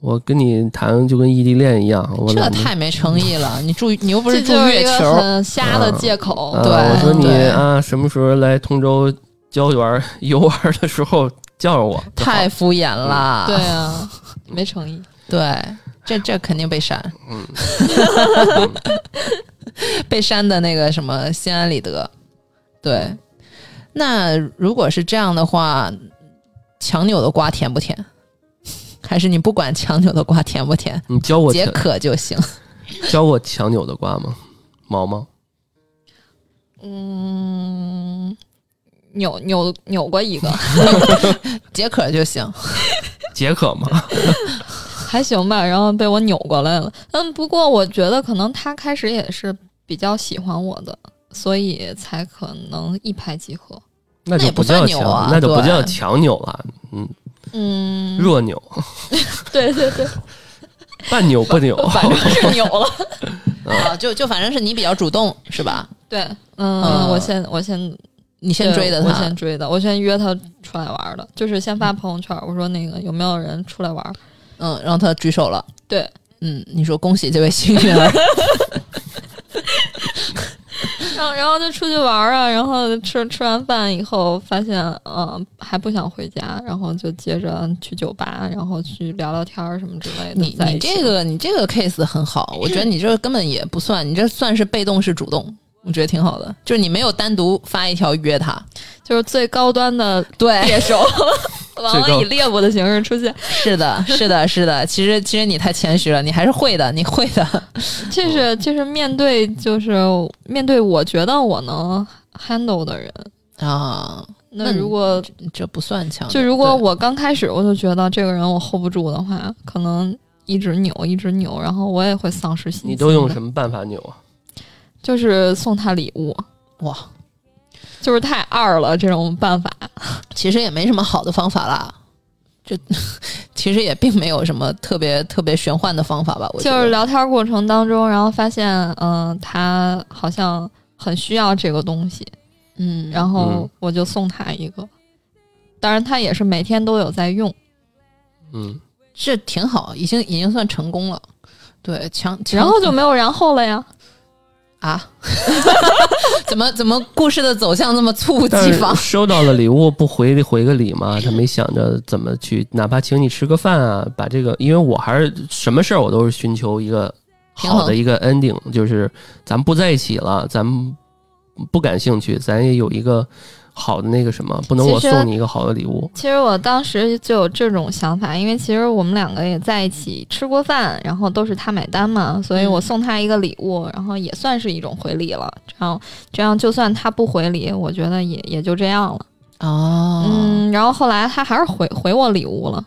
[SPEAKER 3] 我跟你谈就跟异地恋一样，我
[SPEAKER 4] 这
[SPEAKER 3] 懒得
[SPEAKER 4] 太没诚意了。你住你又不
[SPEAKER 1] 这
[SPEAKER 4] 是住
[SPEAKER 1] 就是
[SPEAKER 4] 月
[SPEAKER 1] 一个
[SPEAKER 4] 球，
[SPEAKER 1] 很瞎的借口。
[SPEAKER 3] 啊、
[SPEAKER 4] 哦对
[SPEAKER 3] 我说你
[SPEAKER 4] 对
[SPEAKER 3] 啊，什么时候来通州郊园儿游玩儿的时候叫上我。
[SPEAKER 4] 太敷衍了。
[SPEAKER 1] 对啊，没诚意。
[SPEAKER 4] 对，这这肯定被删。
[SPEAKER 3] 嗯，
[SPEAKER 4] 被删的那个什么心安理得。对，那如果是这样的话，强扭的瓜甜不甜？还是你不管强扭的瓜甜不甜，
[SPEAKER 3] 你教我
[SPEAKER 4] 解
[SPEAKER 3] 强
[SPEAKER 4] 渴就行。
[SPEAKER 3] 教我强扭的瓜吗？毛毛
[SPEAKER 1] 嗯，扭扭扭过一个，
[SPEAKER 4] 解渴就行。
[SPEAKER 3] 解渴 吗？
[SPEAKER 1] 还行吧，然后被我扭过来了。嗯，不过我觉得可能他开始也是比较喜欢我的，所以才可能一拍即合。
[SPEAKER 3] 那
[SPEAKER 4] 也
[SPEAKER 3] 就
[SPEAKER 4] 不算
[SPEAKER 3] 叫
[SPEAKER 4] 扭
[SPEAKER 3] 强，
[SPEAKER 4] 啊
[SPEAKER 3] 那就不
[SPEAKER 4] 对
[SPEAKER 3] 叫强扭了，嗯，
[SPEAKER 1] 嗯，
[SPEAKER 3] 弱扭，
[SPEAKER 1] 对对对，
[SPEAKER 3] 半扭不 扭。
[SPEAKER 1] 反正是扭了。
[SPEAKER 4] 啊，就就反正是你比较主动是吧？
[SPEAKER 1] 对，嗯，
[SPEAKER 4] 嗯
[SPEAKER 1] 我先我先
[SPEAKER 4] 你先
[SPEAKER 1] 对
[SPEAKER 4] 追的
[SPEAKER 1] 我
[SPEAKER 4] 他
[SPEAKER 1] 先，追的，我先约他出来玩儿的，就是先发朋友圈，我说那个有没有人出来玩儿？
[SPEAKER 4] 嗯，然后他举手了，
[SPEAKER 1] 对，
[SPEAKER 4] 嗯，你说恭喜这位幸运儿，
[SPEAKER 1] 然后然后就出去玩儿啊，然后吃吃完饭以后发现，嗯、还不想回家，然后就接着去酒吧，然后去聊聊天儿什么之类的。
[SPEAKER 4] 你
[SPEAKER 1] 在
[SPEAKER 4] 你
[SPEAKER 1] 一起
[SPEAKER 4] 这个你这个 case 很好，我觉得你这根本也不算，你这算是被动式主动，我觉得挺好的，就是你没有单独发一条约他，
[SPEAKER 1] 就是最高端的
[SPEAKER 4] 对，
[SPEAKER 1] 猎 手，往
[SPEAKER 3] 最高
[SPEAKER 1] 往以猎物的形式出现，
[SPEAKER 4] 是的，是的，是的。其实，其实你太谦虚了，你还是会的，你会的。
[SPEAKER 1] 这
[SPEAKER 3] 嗯
[SPEAKER 1] 是这是面对就是面对我觉得我能 handle 的人。
[SPEAKER 4] 啊，那
[SPEAKER 1] 那
[SPEAKER 4] 你
[SPEAKER 1] 如果
[SPEAKER 4] 这不算强。
[SPEAKER 1] 就如果
[SPEAKER 4] 对
[SPEAKER 1] 我刚开始我就觉得这个人我 hold 不住的话，可能一直扭一直扭，然后我也会丧失信心。
[SPEAKER 3] 你都用
[SPEAKER 1] 么？
[SPEAKER 3] 什么办法扭啊？
[SPEAKER 1] 就是送他礼物，
[SPEAKER 4] 哇，
[SPEAKER 1] 就是太二了这种办法。
[SPEAKER 4] 其实也没什么好的方法啦。这其实也并没有什么特别特别玄幻的方法吧，我觉
[SPEAKER 1] 就
[SPEAKER 4] 得
[SPEAKER 1] 是聊天过程当中，然后发现，嗯、他好像很需要这个东西，
[SPEAKER 4] 嗯，然后
[SPEAKER 1] 然后
[SPEAKER 3] 嗯
[SPEAKER 1] 我就送他一个。当然，他也是每天都有在用。
[SPEAKER 3] 嗯，
[SPEAKER 4] 这挺好，已经已经算成功了。对，强，强
[SPEAKER 1] 然后就没有然后了呀。
[SPEAKER 4] 啊， 怎么 怎么故事的走向这么猝不
[SPEAKER 3] 但
[SPEAKER 4] 及
[SPEAKER 3] 是
[SPEAKER 4] 防？
[SPEAKER 3] 收到了礼物不回回个礼吗？他没想着怎么去，哪怕请你吃个饭啊，把这个，因为我还是什么事儿我都是寻求一个
[SPEAKER 4] 平衡
[SPEAKER 3] 好的一个 ending，就是咱们不在一起了，咱们不感兴趣，咱也有一个好的那个什么，不能我
[SPEAKER 1] 其实
[SPEAKER 3] 送你一个好的礼物，
[SPEAKER 1] 其实我当时就有这种想法，因为其实我们两个也在一起吃过饭，然后都是他买单嘛，所以我送他一个礼物，然后也算是一种回礼了。这样这样，就算他不回礼，我觉得也也就这样了。
[SPEAKER 4] 哦，
[SPEAKER 1] 嗯，然后后来他还是回回我礼物了，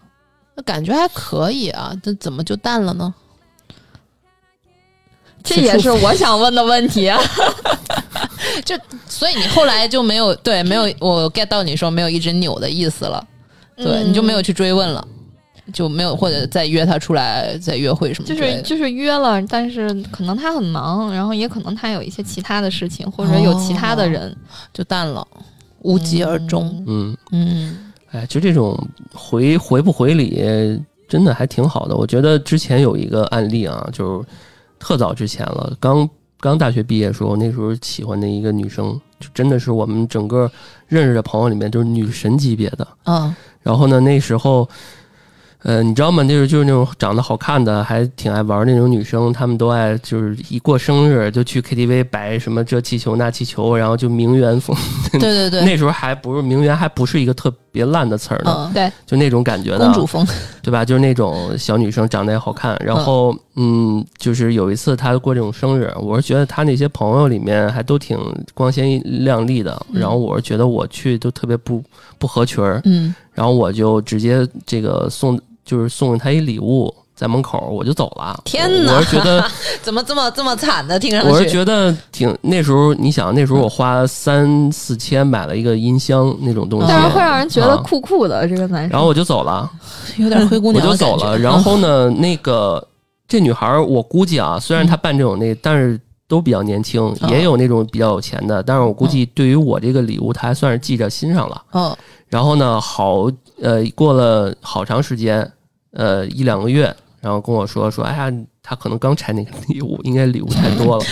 [SPEAKER 4] 那感觉还可以啊，这怎么就淡了呢？
[SPEAKER 1] 这也是我想问的问题啊。
[SPEAKER 4] 所以你后来就没有对没有我 get 到你说没有一直扭的意思了，对、
[SPEAKER 1] 嗯
[SPEAKER 4] 你就没有去追问了，就没有或者再约他出来再约会什么
[SPEAKER 1] 就
[SPEAKER 4] 之类
[SPEAKER 1] 是
[SPEAKER 4] 的。
[SPEAKER 1] 就是约了，但是可能他很忙，然后也可能他有一些其他的事情，或者有其他的人。
[SPEAKER 4] 就淡了，无疾而终。
[SPEAKER 3] 嗯。
[SPEAKER 4] 嗯，
[SPEAKER 3] 哎，就这种回回不回礼，真的还挺好的。我觉得之前有一个案例啊，就是特早之前了，刚刚大学毕业的时候，那时候喜欢的一个女生，就真的是我们整个认识的朋友里面就是女神级别的。
[SPEAKER 4] 啊，
[SPEAKER 3] 然后呢，那时候呃，你知道吗？就是就是那种长得好看的，还挺爱玩那种女生，她们都爱就是一过生日就去 KTV 摆什么这气球那气球，然后就名媛风。
[SPEAKER 4] 嗯对对对，
[SPEAKER 3] 那时候还不是名媛，还不是一个特别烂的词儿呢，
[SPEAKER 4] 嗯，
[SPEAKER 1] 对，
[SPEAKER 3] 就那种感觉的
[SPEAKER 4] 公主风，
[SPEAKER 3] 对吧？就是那种小女生长得也好看，然后嗯，就是有一次她过这种生日，我是觉得她那些朋友里面还都挺光鲜亮丽的，
[SPEAKER 4] 嗯
[SPEAKER 3] 然后我是觉得我去都特别不不合群儿，
[SPEAKER 4] 嗯
[SPEAKER 3] 然后我就直接这个送就是送她一礼物。在门口我就走了。
[SPEAKER 4] 天
[SPEAKER 3] 哪！
[SPEAKER 4] 哪
[SPEAKER 3] 我是觉 得，
[SPEAKER 4] 怎么这么这么惨呢？听上
[SPEAKER 3] 我是
[SPEAKER 4] 去，
[SPEAKER 3] 觉得挺那时候，你想那时候我花三四千买了一个音箱那种
[SPEAKER 4] 嗯
[SPEAKER 3] 东西，
[SPEAKER 1] 但是会让人觉得
[SPEAKER 3] 啊
[SPEAKER 1] 酷酷的这个男
[SPEAKER 3] 然
[SPEAKER 1] 生。
[SPEAKER 3] 后我就走了。
[SPEAKER 4] 有点灰姑
[SPEAKER 3] 我
[SPEAKER 4] 娘
[SPEAKER 3] 就
[SPEAKER 4] 的
[SPEAKER 3] 走
[SPEAKER 4] 感觉嗯
[SPEAKER 3] 了。然后呢，那个这女孩儿，我估计啊，虽然她办这种那，但是都比较年轻，
[SPEAKER 4] 嗯
[SPEAKER 3] 也有那种比较有钱的，但是我估计对于我这个礼物，她还算是记在心上了。
[SPEAKER 4] 嗯，
[SPEAKER 3] 然后呢，好呃，过了好长时间，呃，一两个月，然后跟我说说，哎呀，他可能刚拆那个礼物，应该礼物太 多了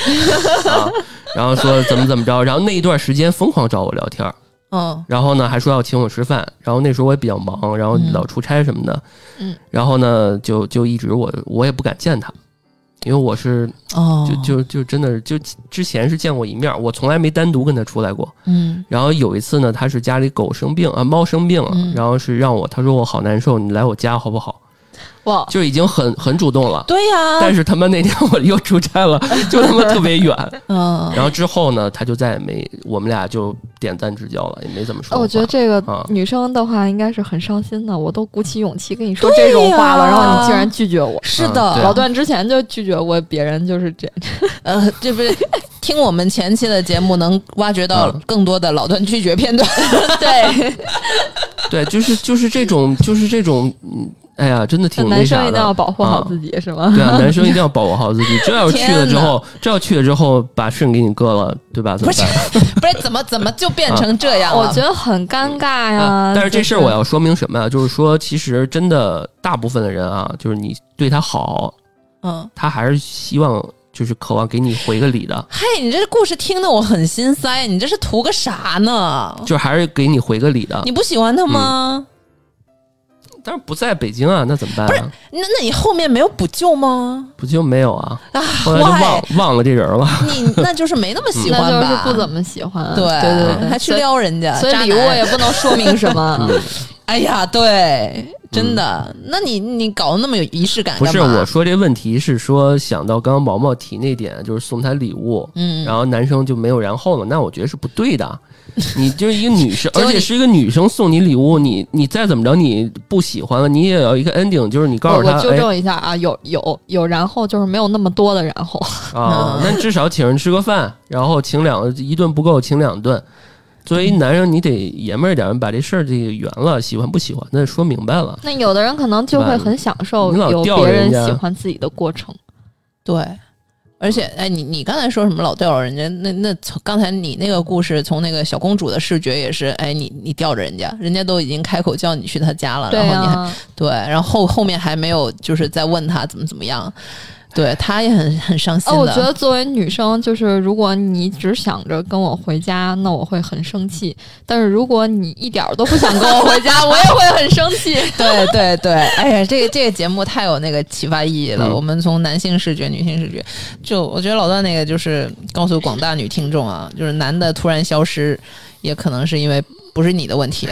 [SPEAKER 3] 啊。然后说怎么怎么着，然后那一段时间疯狂找我聊天儿，
[SPEAKER 4] 嗯
[SPEAKER 3] 然后呢还说要请我吃饭，然后那时候我也比较忙，然后
[SPEAKER 4] 嗯
[SPEAKER 3] 老出差什么的，
[SPEAKER 1] 嗯，
[SPEAKER 3] 然后呢就就一直我我也不敢见他，因为我是
[SPEAKER 4] 哦，
[SPEAKER 3] 就就就真的是就之前是见过一面儿，我从来没单独跟他出来过。
[SPEAKER 4] 嗯
[SPEAKER 3] 然后有一次呢，他是家里狗生病啊，猫生病了，
[SPEAKER 4] 嗯
[SPEAKER 3] 然后是让我他说我好难受，你来我家好不好？
[SPEAKER 1] 哇，
[SPEAKER 3] 就已经很很主动了。
[SPEAKER 4] 对
[SPEAKER 1] 啊
[SPEAKER 4] 呀、
[SPEAKER 3] 但是他妈那天我又出差 了，就他妈特别远。
[SPEAKER 4] 嗯
[SPEAKER 3] 然后之后呢，他就再也没我们俩就点赞之交了，也没怎么说
[SPEAKER 1] 哦
[SPEAKER 3] 过话。
[SPEAKER 1] 我觉得这
[SPEAKER 3] 啊
[SPEAKER 1] 个女生的话应该是很伤心的，我都鼓起勇气跟你说这种话了，
[SPEAKER 4] 对呀
[SPEAKER 1] 然后你竟然拒绝我。
[SPEAKER 4] 是
[SPEAKER 3] 嗯对啊
[SPEAKER 4] 的，
[SPEAKER 1] 老段之前就拒绝过别人，就是 这
[SPEAKER 4] 呃，这不是听我们前期的节目能挖掘到
[SPEAKER 3] 嗯
[SPEAKER 4] 更多的老段拒绝片段，
[SPEAKER 1] 对
[SPEAKER 3] 对，就是就是这种，就是这种，嗯，哎呀，真的挺那
[SPEAKER 1] 男生
[SPEAKER 3] 啥
[SPEAKER 1] 一定要
[SPEAKER 3] 的。
[SPEAKER 1] 保护好自己，是吗？
[SPEAKER 3] 嗯对啊，男生一定要保护好自己。这要去了之后，这要去了之后把肾给你割了，对吧？怎么办？
[SPEAKER 4] 不是怎么怎么就变成这 样了？
[SPEAKER 1] 啊我觉得很尴尬
[SPEAKER 3] 啊
[SPEAKER 1] 呀。
[SPEAKER 3] 但是这
[SPEAKER 1] 就
[SPEAKER 3] 事儿我要说明什么呀、啊就是说，其实真的大部分的人啊，就是你对他好，
[SPEAKER 4] 嗯，
[SPEAKER 3] 他还是希望就是渴望给你回个礼的，
[SPEAKER 4] 嗨，你这故事听得我很心塞，你这是图个啥呢？
[SPEAKER 3] 就是还是给你回个礼的
[SPEAKER 4] 你。不喜欢他吗？
[SPEAKER 3] 但是不在北京啊，那怎么办啊？
[SPEAKER 4] 那那你后面没有补救吗？
[SPEAKER 3] 不就没有啊？
[SPEAKER 4] 啊，
[SPEAKER 3] 后来就忘
[SPEAKER 4] 坏，
[SPEAKER 3] 忘了这人了。
[SPEAKER 4] 你那就是没那么喜
[SPEAKER 1] 那
[SPEAKER 4] 欢
[SPEAKER 1] 就是
[SPEAKER 4] 吧？
[SPEAKER 1] 不怎么喜欢。
[SPEAKER 4] 对
[SPEAKER 1] 对对对，
[SPEAKER 4] 还去撩人家，
[SPEAKER 1] 所以，
[SPEAKER 4] 渣
[SPEAKER 1] 所以
[SPEAKER 4] 男
[SPEAKER 1] 礼物也不能说明什
[SPEAKER 3] 嗯
[SPEAKER 1] 么。啊
[SPEAKER 4] 哎呀，对，真的，那你你搞得那么有仪式感
[SPEAKER 3] 不
[SPEAKER 4] 干
[SPEAKER 3] 是
[SPEAKER 4] 嘛？
[SPEAKER 3] 我说这问题是说想到刚刚毛毛提那点，就是送她礼物，
[SPEAKER 4] 嗯，
[SPEAKER 3] 然后男生就没有然后了，那我觉得是不对的。你就是一个女生，
[SPEAKER 4] 果
[SPEAKER 3] 而
[SPEAKER 4] 你
[SPEAKER 3] 且是一个女生送你礼物，你你再怎么着你不喜欢了，你也要一个 ending，就是你告
[SPEAKER 1] 我
[SPEAKER 3] 诉
[SPEAKER 1] 我
[SPEAKER 3] 她，
[SPEAKER 1] 纠
[SPEAKER 3] 哎
[SPEAKER 1] 正一下啊，有有有，然后就是没有那么多的然后。
[SPEAKER 3] 啊
[SPEAKER 4] 嗯，
[SPEAKER 3] 那至少请人吃个饭，然后请两一顿不够，请两顿。作为男人，你得爷们儿点儿，把这事儿这个圆了，喜欢不喜欢那说明白了。
[SPEAKER 1] 那有的人可能就会很享受
[SPEAKER 3] 你老
[SPEAKER 1] 有
[SPEAKER 3] 吊
[SPEAKER 1] 别
[SPEAKER 3] 人
[SPEAKER 1] 人
[SPEAKER 3] 家
[SPEAKER 1] 喜欢自己的过程。
[SPEAKER 4] 对。而且，哎，你你刚才说什么老吊着人家？那那从刚才你那个故事，从那个小公主的视觉也是，哎，你你吊着人家，人家都已经开口叫你去她家了，
[SPEAKER 1] 对
[SPEAKER 4] 然后你还
[SPEAKER 1] 啊，
[SPEAKER 4] 对，然后后后面还没有就是在问她怎么怎么样，对，她也很很伤心
[SPEAKER 1] 哦，
[SPEAKER 4] 的。
[SPEAKER 1] 我觉得作为女生，就是如果你只想着跟我回家，那我会很生气；但是如果你一点儿都不想跟我回 家，我也会很生 气。
[SPEAKER 4] 对对对，哎呀，这个这个节目太有那个启发意义了。
[SPEAKER 3] 嗯
[SPEAKER 4] 我们从男性视觉、女性视觉，就我觉得老段那个就是告诉广大女听众啊，就是男的突然消失，也可能是因为不是你的问 题。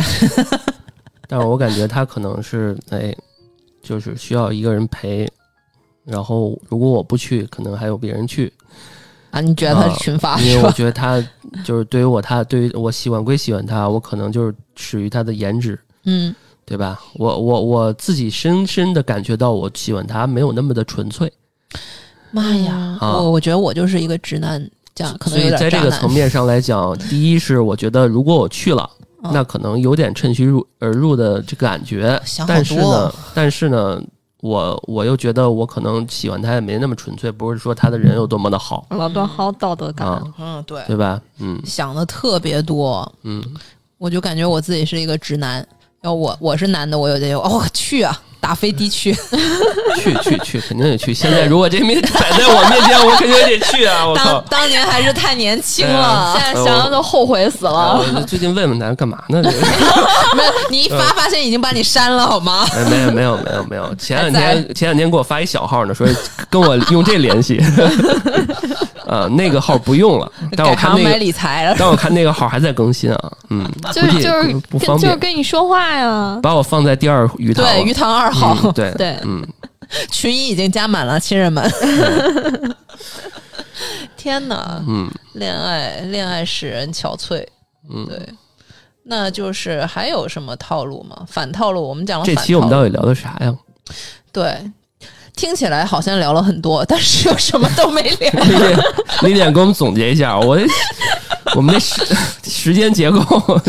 [SPEAKER 3] 但是我感觉他可能是哎，就是需要一个人陪。然后如果我不去，可能还有别人去，
[SPEAKER 4] 啊，你觉得他是群发、
[SPEAKER 3] 因
[SPEAKER 4] 是
[SPEAKER 3] 为我
[SPEAKER 4] 吧？
[SPEAKER 3] 觉得他就是对于我，他对于我喜欢归喜欢他，我可能就是始于他的颜值，
[SPEAKER 4] 嗯，
[SPEAKER 3] 对吧？我我我自己深深的感觉到，我喜欢他没有那么的纯粹，
[SPEAKER 4] 妈呀，
[SPEAKER 3] 啊
[SPEAKER 4] 我我觉得我就是一个直男，这样可
[SPEAKER 3] 所
[SPEAKER 4] 能
[SPEAKER 3] 以
[SPEAKER 4] 有
[SPEAKER 3] 在
[SPEAKER 4] 点
[SPEAKER 3] 这
[SPEAKER 4] 渣
[SPEAKER 3] 个
[SPEAKER 4] 男
[SPEAKER 3] 层。面上来讲，第一是我觉得如果我去了，
[SPEAKER 4] 嗯
[SPEAKER 3] 那可能有点趁虚入而入的这感觉
[SPEAKER 4] 想，好
[SPEAKER 3] 但是
[SPEAKER 4] 多
[SPEAKER 3] 呢
[SPEAKER 4] 哦，
[SPEAKER 3] 但是呢。我我又觉得我可能喜欢他也没那么纯粹，不是说他的人有多么的好
[SPEAKER 1] 老段好有道德感，
[SPEAKER 3] 啊，
[SPEAKER 4] 嗯，对，
[SPEAKER 3] 对吧？嗯
[SPEAKER 4] 想的特别多，
[SPEAKER 3] 嗯，
[SPEAKER 4] 我就感觉我自己是一个直男。要我我是男的，我有就有哦我去啊，
[SPEAKER 2] 打飞的去，
[SPEAKER 3] 去去去，肯定得去。现在如果这面摆在我面前，我肯定得去啊！我靠
[SPEAKER 4] 当！当年还是太年轻
[SPEAKER 3] 对啊
[SPEAKER 4] 了，
[SPEAKER 1] 现在想想就后悔死
[SPEAKER 3] 啊
[SPEAKER 1] 了。
[SPEAKER 3] 我最近问问咱干嘛呢？这个
[SPEAKER 2] 没有你一发发现已经把你删了好吗？
[SPEAKER 3] 哎 没有没有没有没有，前两天前两天给我发一小号呢，说跟我用这 联系，啊，那个号不用了，但我
[SPEAKER 2] 改
[SPEAKER 3] 看
[SPEAKER 2] 行
[SPEAKER 3] 那
[SPEAKER 2] 买
[SPEAKER 3] 个，
[SPEAKER 2] 理财了，
[SPEAKER 3] 但我看那个号还在更新啊，嗯，
[SPEAKER 1] 就
[SPEAKER 3] 估
[SPEAKER 1] 是
[SPEAKER 3] 计
[SPEAKER 1] 就是
[SPEAKER 3] 不
[SPEAKER 1] 跟
[SPEAKER 3] 方
[SPEAKER 1] 就是
[SPEAKER 3] 便，
[SPEAKER 1] 跟你说话呀，
[SPEAKER 3] 把我放在第二鱼塘了，
[SPEAKER 2] 对鱼塘二号、
[SPEAKER 3] 嗯对
[SPEAKER 1] 对
[SPEAKER 3] 嗯，
[SPEAKER 2] 群已经加满了，亲人 们。
[SPEAKER 4] 天哪，
[SPEAKER 3] 嗯，
[SPEAKER 4] 恋爱恋爱使人憔悴，
[SPEAKER 3] 嗯
[SPEAKER 4] 对。那就是还有什么套路吗？反套路，我们讲了
[SPEAKER 3] 这
[SPEAKER 4] 反
[SPEAKER 3] 期我们
[SPEAKER 4] 套路
[SPEAKER 3] 到底聊的啥呀？
[SPEAKER 4] 对，听起来好像聊了很多，但是又什么都没聊。
[SPEAKER 3] 李点李点给我们总结一下，我这我们这时时间结构，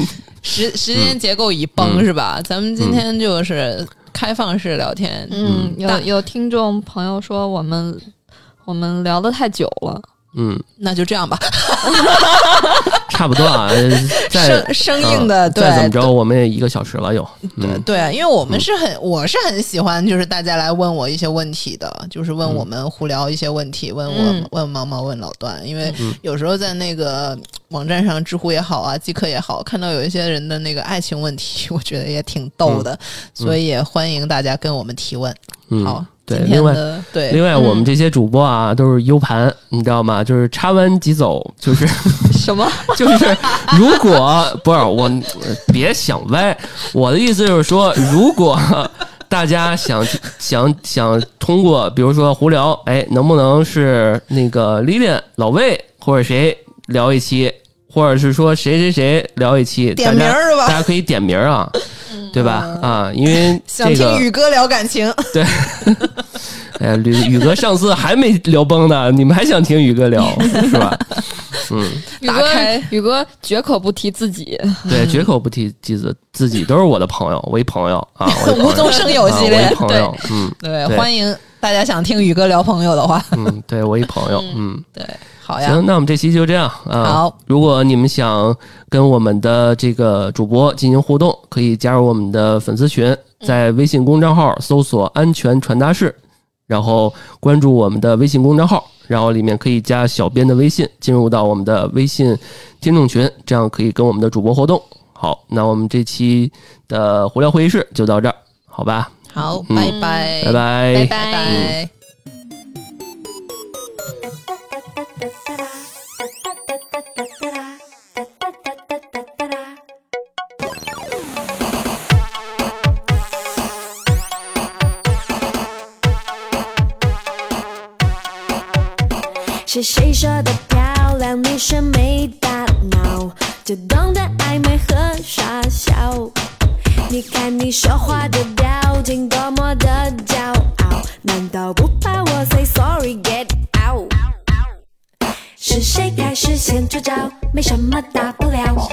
[SPEAKER 4] 时时间结构已崩、
[SPEAKER 3] 嗯
[SPEAKER 4] 是吧？咱们今天就是开放式聊天，
[SPEAKER 1] 嗯，有
[SPEAKER 4] 大
[SPEAKER 1] 有听众朋友说我们我们聊得太久了，
[SPEAKER 3] 嗯，
[SPEAKER 4] 那就这样吧。
[SPEAKER 3] 差不多啊，再
[SPEAKER 4] 生生硬的，
[SPEAKER 3] 嗯
[SPEAKER 4] 对
[SPEAKER 3] 再怎么着，我们也一个小时了又，嗯，
[SPEAKER 4] 对，啊因为我们是很，我是很喜欢，就是大家来问我一些问题的，就是问我们胡聊一些问题，问我、
[SPEAKER 1] 嗯
[SPEAKER 4] 问毛毛问老段，因为
[SPEAKER 3] 嗯
[SPEAKER 4] 有时候在那个网站上，知乎也好啊，即刻也好，看到有一些人的那个爱情问题，我觉得也挺逗的，所以也欢迎大家跟我们提问。
[SPEAKER 3] 嗯
[SPEAKER 4] 好，嗯
[SPEAKER 3] 对，
[SPEAKER 4] 今
[SPEAKER 3] 另
[SPEAKER 4] 天
[SPEAKER 3] 外。
[SPEAKER 4] 的对
[SPEAKER 3] 另外，我们这些主播啊，都是 U 盘，你知道吗？就是插完即走，就是
[SPEAKER 1] 什么？
[SPEAKER 3] 就是，如果不是我，呃别想歪。我的意思就是说，如果大家想想想通过，比如说胡聊，哎，能不能是那个 Lilian 老魏或者谁聊一期，或者是说谁谁谁聊一期，
[SPEAKER 4] 点名
[SPEAKER 3] 大家
[SPEAKER 4] 儿是吧嗯
[SPEAKER 3] 大家可以点名儿啊，对吧？啊，因为
[SPEAKER 4] 想
[SPEAKER 3] 这
[SPEAKER 4] 听
[SPEAKER 3] 个，
[SPEAKER 4] 宇哥聊感情，
[SPEAKER 3] 哎，吕宇哥上次还没聊崩呢，你们还想听宇哥 聊是吧？嗯。
[SPEAKER 1] 宇
[SPEAKER 4] 打
[SPEAKER 1] 哥
[SPEAKER 4] 开，
[SPEAKER 1] 宇哥绝口不提自己，
[SPEAKER 3] 对，绝口不提自己，自己都是我的朋友，我一朋友啊，我一朋友
[SPEAKER 4] 无中生有系
[SPEAKER 3] 啊
[SPEAKER 4] 列
[SPEAKER 3] 我一，朋友，嗯
[SPEAKER 4] 对，
[SPEAKER 3] 对
[SPEAKER 4] 欢迎大家想听宇哥聊朋友的话，
[SPEAKER 3] 嗯，对我一朋友，嗯，
[SPEAKER 4] 对，好呀，
[SPEAKER 3] 行，那我们这期就这样啊。
[SPEAKER 4] 好，
[SPEAKER 3] 如果你们想跟我们的这个主播进行互动，可以加入我们的粉丝群，在微信公众号搜索“安全传达室”，然后关注我们的微信公众号，然后里面可以加小编的微信，进入到我们的微信听众群，这样可以跟我们的主播互动。好，那我们这期的胡聊会议室就到这儿，好吧？
[SPEAKER 4] 好，
[SPEAKER 3] 嗯
[SPEAKER 4] 拜拜，
[SPEAKER 3] 拜嗯拜
[SPEAKER 1] 拜
[SPEAKER 4] 哎拜拜。
[SPEAKER 5] 是谁说的漂亮？女生没大脑，就懂得暧昧和傻笑。你看你说话的表情多么的骄傲，难道不怕我 say sorry get out？是谁开始先出招？没什么大不了。